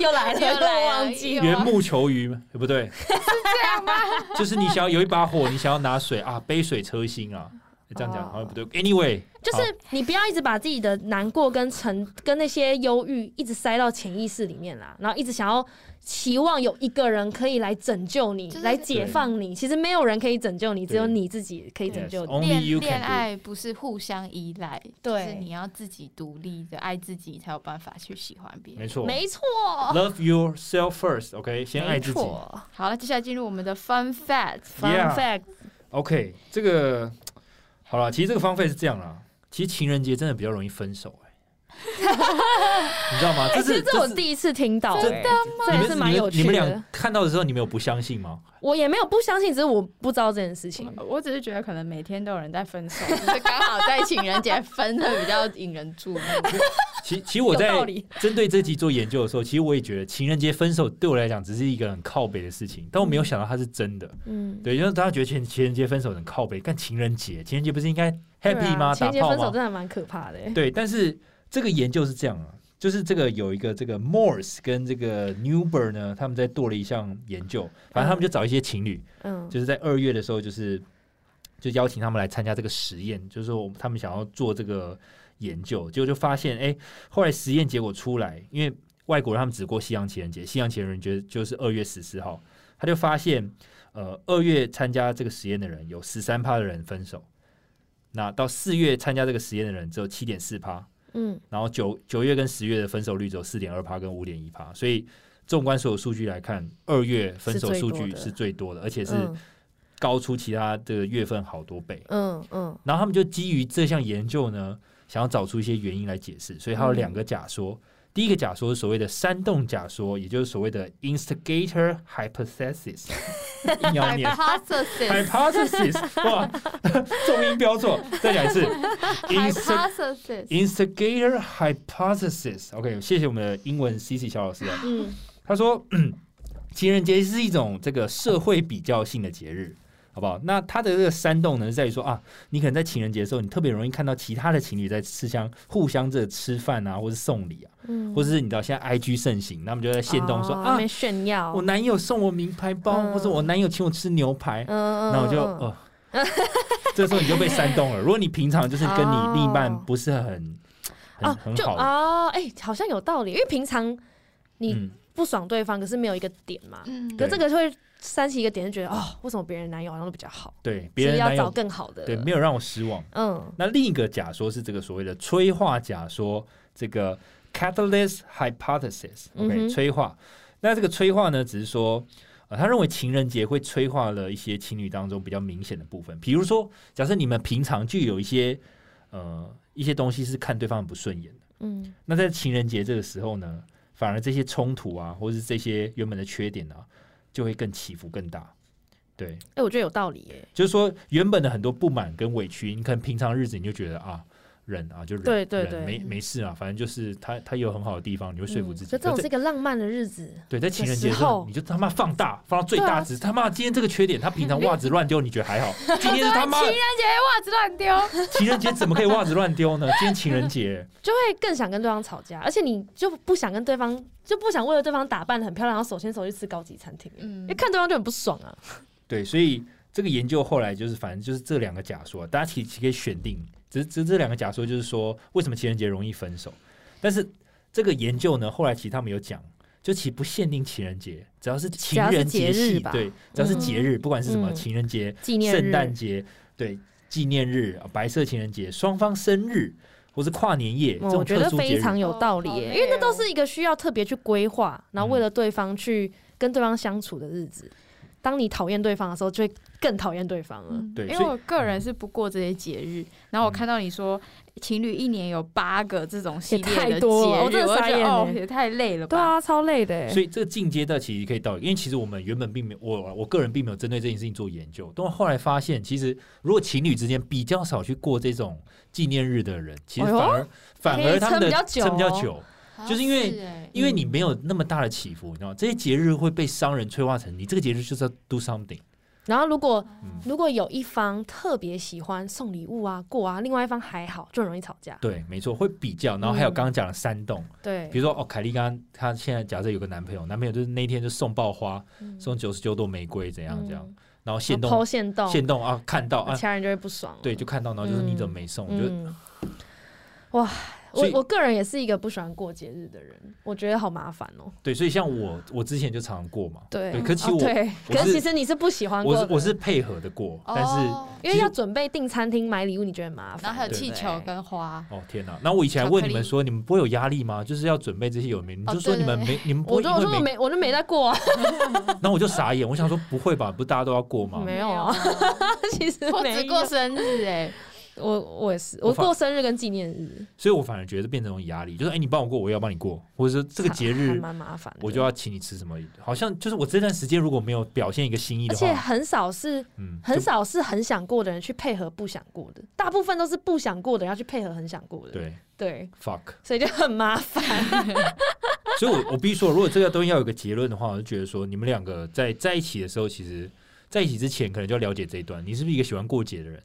Speaker 2: 又来了，
Speaker 1: <laughs> 又来了
Speaker 2: 忘记 <laughs>
Speaker 3: “
Speaker 1: 有
Speaker 2: 了
Speaker 1: 啊
Speaker 3: 缘木求鱼”吗？对不对？是这样吗？ <laughs> 就是你想要有一把火，你想要拿水啊，杯水车薪啊，这样讲
Speaker 2: 哦
Speaker 3: 好像不对。Anyway，
Speaker 2: 就是
Speaker 3: 好
Speaker 2: 你不要一直把自己的难过跟沉跟那些忧郁一直塞到潜意识里面啦，然后一直想要期望有一个人可以来拯救你，
Speaker 1: 就是
Speaker 2: 来解放你。其实没有人可以拯救你，
Speaker 3: 对
Speaker 2: 只有你自己可以拯
Speaker 3: yes,
Speaker 2: 救你。
Speaker 3: only
Speaker 1: 恋
Speaker 3: you
Speaker 1: 恋
Speaker 3: can do。
Speaker 1: 爱不是互相依赖，
Speaker 2: 对
Speaker 1: 就是你要自己独立的爱自己，才有办法去喜欢别
Speaker 3: 没
Speaker 1: 人。
Speaker 3: 错
Speaker 2: 没错，
Speaker 3: ，Love yourself first，OK，、先哦爱
Speaker 2: 没
Speaker 3: 自己。
Speaker 2: 错。
Speaker 1: 好了，接下来进入我们的 fun fact。
Speaker 2: Fun
Speaker 3: Yeah
Speaker 2: fact，
Speaker 3: OK，这个好了，其实这个方费是这样啦。其实情人节真的比较容易分手、欸，
Speaker 2: <laughs>
Speaker 3: 你知道吗？
Speaker 2: 哎，
Speaker 3: 这
Speaker 2: 其
Speaker 3: 是
Speaker 2: 实这我
Speaker 3: 是
Speaker 2: 第一次听到，
Speaker 3: 真
Speaker 2: 哎
Speaker 3: 的
Speaker 2: 这
Speaker 3: 你
Speaker 2: 也
Speaker 3: 们
Speaker 2: 是蛮有趣
Speaker 3: 你们你们
Speaker 2: 的
Speaker 3: 俩。看到的时候，你们有不相信吗？
Speaker 2: 我也没有不相信，只是我不知道这件事情。
Speaker 1: 我只是觉得可能每天都有人在分手，只是刚好在情人节分的比较引人
Speaker 3: <laughs>
Speaker 1: 注目。
Speaker 3: 其其实我在
Speaker 2: 有道理
Speaker 3: 针对这集做研究的时候，其实我也觉得情人节分手对我来讲只是一个很靠北的事情，但我没有想到它是真的。
Speaker 2: 嗯，
Speaker 3: 对，因为大家觉得情情人节分手很靠北，但情人节情人节不是应该 happy 吗？
Speaker 2: 啊情
Speaker 3: 打
Speaker 2: 人节
Speaker 3: 炮
Speaker 2: 分手
Speaker 3: 吗？
Speaker 2: 真的蛮可怕的。哎
Speaker 3: 对，但是这个研究是这样啊，就是这个有一个这个 Morse 跟这个 Neuber 呢，他们在做了一项研究，反正他们就找一些情侣，
Speaker 2: 嗯，
Speaker 3: 就是在二月的时候，就是就邀请他们来参加这个实验，就是说他们想要做这个研究，结果就发现，哎、后来实验结果出来，因为外国人他们只过西洋情人节，西洋情人节就是二月十四号，他就发现，呃，二月参加这个实验的人有十三趴的人分手，那到四月参加这个实验的人只有七点四趴，
Speaker 2: 嗯，
Speaker 3: 然后九九月跟十月的分手率只有四点二趴跟五点一趴，所以纵观所有数据来看，二月分手数据是
Speaker 2: 是
Speaker 3: 最多的，而且是
Speaker 2: 嗯
Speaker 3: 高出其他的月份好多倍。
Speaker 2: 嗯嗯，
Speaker 3: 然后他们就基于这项研究呢，想要找出一些原因来解释，所以还有两个假说。第一个假说是所谓的煽动假说，也就是所谓的 instigator hypothesis，硬要念 <laughs>
Speaker 1: Hypothesis，hypothesis，
Speaker 3: hypothesis，哇， <laughs> 重音标错，再讲一次 inst instigator hypothesis。OK，谢谢我们的英文 C C 小老师啊。
Speaker 2: 嗯，
Speaker 3: 他说， <clears throat> 嗯情人节是一种这个社会比较性的节日，好不好？那他的这个煽动呢，是在于说啊，你可能在情人节的时候，你特别容易看到其他的情侣在吃相互相这吃饭啊，或是送礼啊，
Speaker 2: 嗯
Speaker 3: 或者是你知道现在 IG 盛行，他们就在线动说、
Speaker 2: 哦那
Speaker 3: 啊
Speaker 2: 边，炫耀，
Speaker 3: 我男友送我名牌包，
Speaker 2: 嗯
Speaker 3: 或者我男友请我吃牛排，
Speaker 2: 嗯
Speaker 3: 那我就
Speaker 2: 嗯嗯
Speaker 3: 哦。 <laughs> 这时候你就被煽动了。如果你平常就是跟你另一半
Speaker 2: 哦
Speaker 3: 不是很很、
Speaker 2: 啊，
Speaker 3: 很
Speaker 2: 就
Speaker 3: 好的，
Speaker 2: 啊，哎、好像有道理，因为平常你
Speaker 3: 嗯，
Speaker 2: 不爽对方，可是没有一个点嘛，
Speaker 1: 嗯
Speaker 2: 可
Speaker 3: 对
Speaker 2: 这个就会煽起一个点，就觉得哦，为什么别人男友好像都比较好，
Speaker 3: 对，
Speaker 2: 是
Speaker 3: 别
Speaker 2: 不
Speaker 3: 人
Speaker 2: 是
Speaker 3: 男
Speaker 2: 要找
Speaker 3: 友
Speaker 2: 更好的，
Speaker 3: 对没有让我失望。
Speaker 2: 嗯
Speaker 3: 那另一个假说是这个所谓的催化假说，这个 catalyst hypothesis，OK，、
Speaker 2: 嗯哼
Speaker 3: 催化。那这个催化呢，只是说，呃，他认为情人节会催化了一些情侣当中比较明显的部分，比如说，假设你们平常就有一些呃一些东西是看对方不顺眼的，
Speaker 2: 嗯
Speaker 3: 那在情人节这个时候呢，反而这些冲突啊，或是这些原本的缺点啊，就会更起伏更大。对，
Speaker 2: 哎、我觉得有道理耶，
Speaker 3: 就是说原本的很多不满跟委屈，你可能平常日子你就觉得啊。忍啊，就忍，
Speaker 2: 对对
Speaker 3: 忍
Speaker 2: 对
Speaker 3: 没没事啊，反正就是他他有很好的地方，你会说服自己。
Speaker 2: 嗯就这种
Speaker 3: 可
Speaker 2: 是一个浪漫的日子，
Speaker 3: 对，在情人
Speaker 2: 的
Speaker 3: 节的
Speaker 2: 时
Speaker 3: 时候，
Speaker 2: 候啊
Speaker 3: 你就他妈放大，放到最大值。他妈今天这个缺点，他平常袜子乱丢，你觉得
Speaker 2: <laughs>
Speaker 3: 还好？今天是他妈
Speaker 1: 情人节袜子乱丢，
Speaker 3: 情人节怎么可以袜子乱丢呢？今天情人节，
Speaker 2: 就会更想跟对方吵架，而且你就不想跟对方，就不想为了对方打扮得很漂亮，然后手牵手去吃高级餐厅，因
Speaker 1: 嗯
Speaker 2: 为，看对方就很不爽啊，
Speaker 3: 对，所以这个研究后来就是，反正就是这两个假说，大家其实可以选定，只只这两个假说就是说，为什么情人节容易分手？但是这个研究呢，后来其实他们有讲，就其实不限定情人节，只要是情人
Speaker 2: 只要是节
Speaker 3: 节系
Speaker 2: 日吧
Speaker 3: 对，只要是节日，不管是什么
Speaker 2: 嗯
Speaker 3: 情人节、
Speaker 2: 纪念
Speaker 3: 圣
Speaker 2: 日，
Speaker 3: 诞节、对纪念日、啊白色情人节、双方生日或是跨年夜这
Speaker 2: 嗯
Speaker 3: 种
Speaker 2: 我觉得
Speaker 3: 特殊节
Speaker 2: 非
Speaker 3: 日，
Speaker 2: 常有道理
Speaker 1: 哦好
Speaker 2: 耶，
Speaker 1: 累
Speaker 2: 因为那都
Speaker 1: 哦
Speaker 2: 是一个需要特别去规划，然后为了对方去跟对方相处的日子。当你讨厌对方的时候，就会更讨厌对方了。
Speaker 1: 嗯
Speaker 3: 对
Speaker 1: 因为
Speaker 3: 所以嗯
Speaker 1: 我个人是不过这些节日，然后我看到你说情侣一年有八个这种系列
Speaker 2: 也
Speaker 1: 的
Speaker 2: 太
Speaker 1: 节日，
Speaker 2: 多了
Speaker 1: 我
Speaker 2: 我真的
Speaker 1: 就觉
Speaker 2: 傻眼
Speaker 1: 得哦，
Speaker 2: 欸
Speaker 1: 也太累了吧？
Speaker 2: 对啊，超累的欸。
Speaker 3: 所以这个进阶到其实可以到，因为其实我们原本并没有我我个人并没有针对这件事情做研究，但我后来发现，其实如果情侣之间比较少去过这种纪念日的人，其实
Speaker 2: 哎
Speaker 3: 反
Speaker 2: 呦
Speaker 3: 而、反而他们的
Speaker 2: 可以撑比较久哦
Speaker 3: 撑比较久，
Speaker 1: 好像
Speaker 3: 就是因为
Speaker 1: 欸
Speaker 3: 因为你没有那么大的起伏，你知道吗？这些节日会被商人催化成你这个节日就是要 do something，
Speaker 2: 然后如果
Speaker 3: 嗯，
Speaker 2: 如果有一方特别喜欢送礼物啊、过啊，另外一方还好，就很容易吵架。
Speaker 3: 对，没错，会比较，然后还有
Speaker 2: 嗯
Speaker 3: 刚刚讲的煽动，
Speaker 2: 对
Speaker 3: 比如说哦，凯莉刚刚她现在假设有个男朋友，男朋友就是那天就送爆花，
Speaker 2: 嗯
Speaker 3: 送九十九朵玫瑰，怎样
Speaker 2: 嗯
Speaker 3: 怎样，然后
Speaker 2: 然
Speaker 3: 现
Speaker 2: 后抛
Speaker 3: 动
Speaker 2: 线动，
Speaker 3: 现动啊，看到啊，
Speaker 2: 其他人就会不爽了。
Speaker 3: 对，就看到，然后就是
Speaker 2: 嗯
Speaker 3: 你怎么没送？我觉得
Speaker 2: 嗯，哇，
Speaker 3: 所
Speaker 2: 我
Speaker 3: 以
Speaker 2: 我个人也是一个不喜欢过节日的人，我觉得好麻烦哦。
Speaker 3: 对，所以像我，我之前就常过嘛，
Speaker 2: 对
Speaker 3: 对，可是其实
Speaker 2: 哦
Speaker 3: 我
Speaker 2: 对，
Speaker 3: 我
Speaker 2: 可是
Speaker 3: 是
Speaker 2: 其实你是不喜欢过
Speaker 3: 我
Speaker 2: 的
Speaker 3: 是我是配合的过，但是
Speaker 1: 哦
Speaker 2: 因为要准备订餐厅买礼物，你觉得很麻烦，
Speaker 1: 然后还有
Speaker 3: 对
Speaker 1: 气
Speaker 2: 对
Speaker 1: 球跟花，
Speaker 3: 哦天哪，那我以前还问你们说，你们不会有压力吗？就是要准备这些有没？你就说
Speaker 1: 对
Speaker 3: 你们没，你们不
Speaker 2: 哦我
Speaker 3: 会
Speaker 2: 就
Speaker 3: 因
Speaker 2: 我说我
Speaker 3: 为没，
Speaker 2: 没我就没在过啊， <laughs>
Speaker 3: 然后我就傻眼，我想说不会吧，不是大家都要过吗？
Speaker 2: 没有啊，其实
Speaker 1: <laughs> 我
Speaker 2: 没
Speaker 1: 只
Speaker 2: 有
Speaker 1: 过生日哎、
Speaker 2: 我我也是，
Speaker 3: 我
Speaker 2: 我
Speaker 3: 反
Speaker 2: 过生日跟纪念日，
Speaker 3: 所以我反而觉得变成一种压力，就是哎，你帮我过，我也要帮你过，或者说这个节
Speaker 2: 还
Speaker 3: 日
Speaker 2: 蛮麻烦的，
Speaker 3: 我就要请你吃什么，好像就是我这段时间如果没有表现一个心意
Speaker 2: 而
Speaker 3: 的
Speaker 2: 且
Speaker 3: 话，
Speaker 2: 很少是
Speaker 3: 嗯，
Speaker 2: 很
Speaker 3: 就
Speaker 2: 少是很想过的人去配合不想过的，大部分都是不想过的人要去配合很想过的，
Speaker 3: 对
Speaker 2: 对，
Speaker 3: fuck。
Speaker 2: 所以就很麻烦。
Speaker 3: 所以我，我必须说，如果这个东西要有个结论的话，我就觉得说，你们两个在在一起的时候，其实在一起之前，可能就要了解这一段，你是不是一个喜欢过节的人？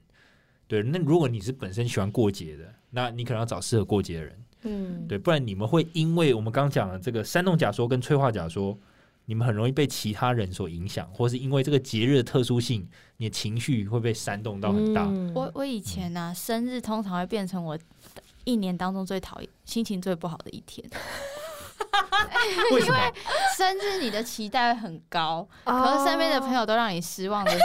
Speaker 3: 对，那如果你是本身喜欢过节的，那你可能要找适合过节的人，
Speaker 2: 嗯，
Speaker 3: 对，不然你们会因为我们刚讲的这个煽动假说跟催化假说，你们很容易被其他人所影响，或是因为这个节日的特殊性，你的情绪会被煽动到很大。
Speaker 2: 嗯
Speaker 1: 我我以前呢、啊，生日通常会变成我一年当中最讨厌、心情最不好的一天。 <laughs>
Speaker 3: 为什么？
Speaker 1: 生日你的期待会很高，可
Speaker 2: 可
Speaker 1: 是身边的朋友都让你失望的时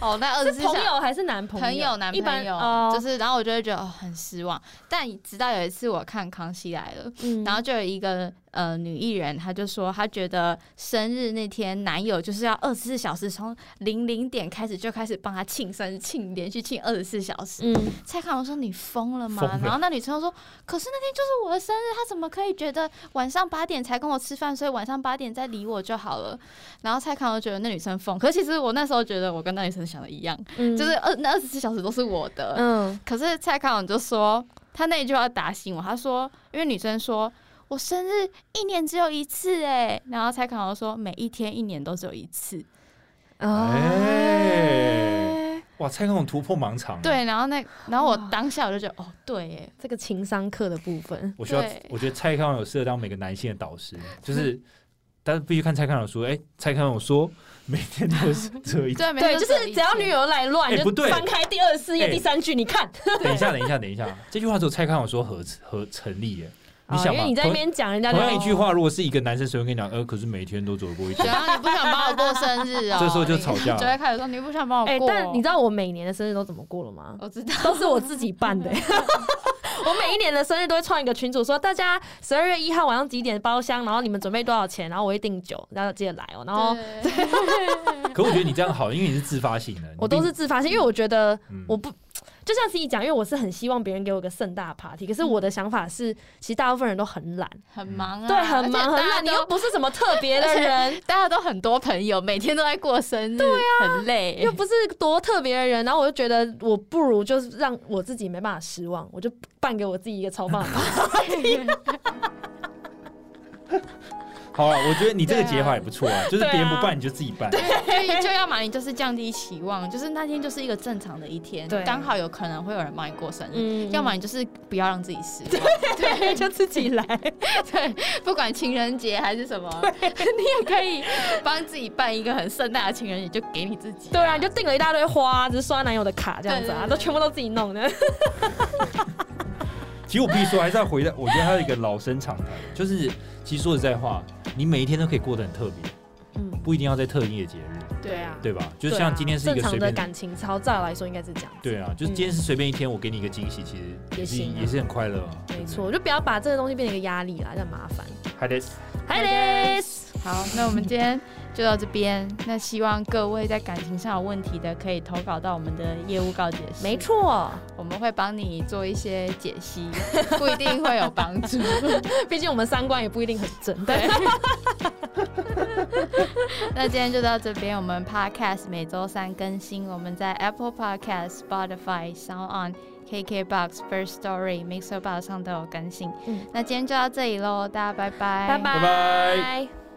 Speaker 1: 候，哦，那二十四
Speaker 2: 是
Speaker 1: 小
Speaker 2: 朋
Speaker 1: 时。
Speaker 2: 友还是男朋友？
Speaker 1: 朋友、男
Speaker 2: 一般
Speaker 1: 朋友，
Speaker 2: 哦
Speaker 1: 就是，然后我就会觉得哦很失望。但直到有一次我看《康熙来了》，
Speaker 2: 嗯
Speaker 1: 然后就有一个呃女艺人，她就说她觉得生日那天男友就是要二十四小时，从零零点开始就开始帮她庆生，庆连续庆二十四小时。
Speaker 2: 嗯，
Speaker 1: 蔡康永说：“你疯了吗？”
Speaker 3: 疯了
Speaker 1: 然后那女生说：“可是那天就是我的生日，他怎么可以觉得晚上八点才跟我吃饭，所以晚上八点再理我就好了？”然后蔡康永觉得那女生疯，可是其实我那时候觉得我跟那女生想的一样，
Speaker 2: 嗯
Speaker 1: 就是二那二十四小时都是我的。
Speaker 2: 嗯，
Speaker 1: 可是蔡康永就说他那一句话打醒我，他说：“因为女生说我生日一年只有一次哎。”然后蔡康永说：“每一天一年都只有一次。”
Speaker 3: 嗯
Speaker 2: 嗯啊
Speaker 3: 哎、哇，蔡康永突破盲场，，
Speaker 1: 对，然后那然后我
Speaker 2: 哇
Speaker 1: 当下我就觉得哦，对哎，
Speaker 2: 这个情商课的部分，
Speaker 3: 我需要
Speaker 1: 对，
Speaker 3: 我觉得蔡康永有适合当每个男性的导
Speaker 2: <laughs>
Speaker 3: 师，就是，但是必须看蔡康永说，哎、蔡康永说每天都是这
Speaker 2: <laughs>
Speaker 3: 一。
Speaker 1: 对，没
Speaker 2: 对，
Speaker 1: 错
Speaker 2: 就是只要女。友来乱，
Speaker 3: 哎
Speaker 2: 你
Speaker 3: 不
Speaker 2: 就
Speaker 3: 对
Speaker 2: 翻开第二十四页
Speaker 3: 哎
Speaker 2: 第三句，你看，
Speaker 3: 等一下，等一下，等一下，这句话只有蔡康永说合合成立耶。你
Speaker 2: 哦
Speaker 3: 想
Speaker 2: 因
Speaker 3: 嘛，
Speaker 2: 为你在那边讲，人家
Speaker 3: 同
Speaker 2: 就
Speaker 3: 同样一句话，如果是一个男生随便跟你讲，呃，可是每天都走过一
Speaker 1: 只
Speaker 3: 天，
Speaker 1: 要啊你不想帮我过生
Speaker 2: <laughs>
Speaker 1: 日哦，
Speaker 3: 这时候就吵架
Speaker 1: 你就
Speaker 3: 了
Speaker 1: 会开始说你不想帮我
Speaker 2: 哎，
Speaker 1: 过。
Speaker 2: 但你知道我每年的生日都怎么过了 <laughs> 吗？
Speaker 1: 我知道，
Speaker 2: 都是我自己办 <laughs> 的。我每一年的生日都会创一个群组，说大家十二月一号晚上几点包厢，然后你们准备多少钱，然后我会订酒，大家记得来哦。然后
Speaker 1: 对，
Speaker 3: 可我觉得你这样好，因为你是自发性的。你
Speaker 2: 我都是
Speaker 3: 并，
Speaker 2: 自发性，因为我觉得
Speaker 3: 嗯
Speaker 2: 我不就像自己讲，因为我是很希望别人给我一个盛大的 party，可是我的想法是，其实大部分人都很懒，
Speaker 1: 很忙啊，
Speaker 2: 对，很忙
Speaker 1: 而且
Speaker 2: 很
Speaker 1: 大家
Speaker 2: 懒，你又
Speaker 1: 都
Speaker 2: 不是什么特 <laughs> 别的人，
Speaker 1: 大家都很多朋友，每天都在过生日，对啊，很累
Speaker 2: 又。不是多特别的人，然后我就觉得我不如就是让我自己没办法失望，我就办给我自己一个超棒的
Speaker 3: 好了，我觉得你这个解法也不错啊，就是
Speaker 2: 对啊啊
Speaker 3: 别人不办你就自己办。
Speaker 1: 就就要嘛，你就是降低期望，就是那天就是一个正常的一天
Speaker 2: 对，
Speaker 1: 刚好有可能会有人帮你过生日。
Speaker 2: 嗯
Speaker 1: <laughs> 要么你就是不要让自己失望，
Speaker 2: 对， <laughs> 就自己来，
Speaker 1: <laughs> 对，不管情人节还是什么， <laughs> 你也可以帮自己办一个很盛大的情人节，就给你自己。
Speaker 2: 对啊，你就订了一大堆花，只是刷男友的卡这样子啊，
Speaker 1: 对对对
Speaker 2: 都全部都自己弄的，
Speaker 3: 其实我必须说，还是要回到，我觉得它是一个老生常谈，就是其实说实在话，你每一天都可以过得很特别，
Speaker 2: 嗯，
Speaker 3: 不一定要在特定的节日。
Speaker 1: 对啊，
Speaker 3: 对吧？就像今天是一
Speaker 2: 正
Speaker 3: 个
Speaker 2: 常
Speaker 3: 随
Speaker 2: 的
Speaker 3: 便
Speaker 2: 感情操，照来说应该是这样子，
Speaker 3: 对啊，就是今天是随便一天，我给你一个惊喜，其实
Speaker 2: 也
Speaker 3: 是
Speaker 2: 行啊
Speaker 3: 也是很快乐啊。
Speaker 2: 没错，就不要把这个东西变成一个压力啦，这样麻烦。
Speaker 3: 还得
Speaker 2: 嗨 i
Speaker 1: 好好，那我们今天就到这边。那希望各位在感情上有问题的，可以投稿到我们的业务告解室，
Speaker 2: 没，错，
Speaker 1: 我们会帮你做一些解析，不一定会有帮助。
Speaker 2: 毕竟我们三观也不一定很正，对，
Speaker 1: <laughs> 那今天就到这边，我们 Podcast 每周三更新，我们在 Apple Podcast、Spotify、Sound On、KKBox、First Story、Mixer Box 上都有更新。
Speaker 2: 嗯
Speaker 1: 那今天就到这里喽，大家拜拜，
Speaker 2: 拜
Speaker 3: 拜拜
Speaker 2: 拜。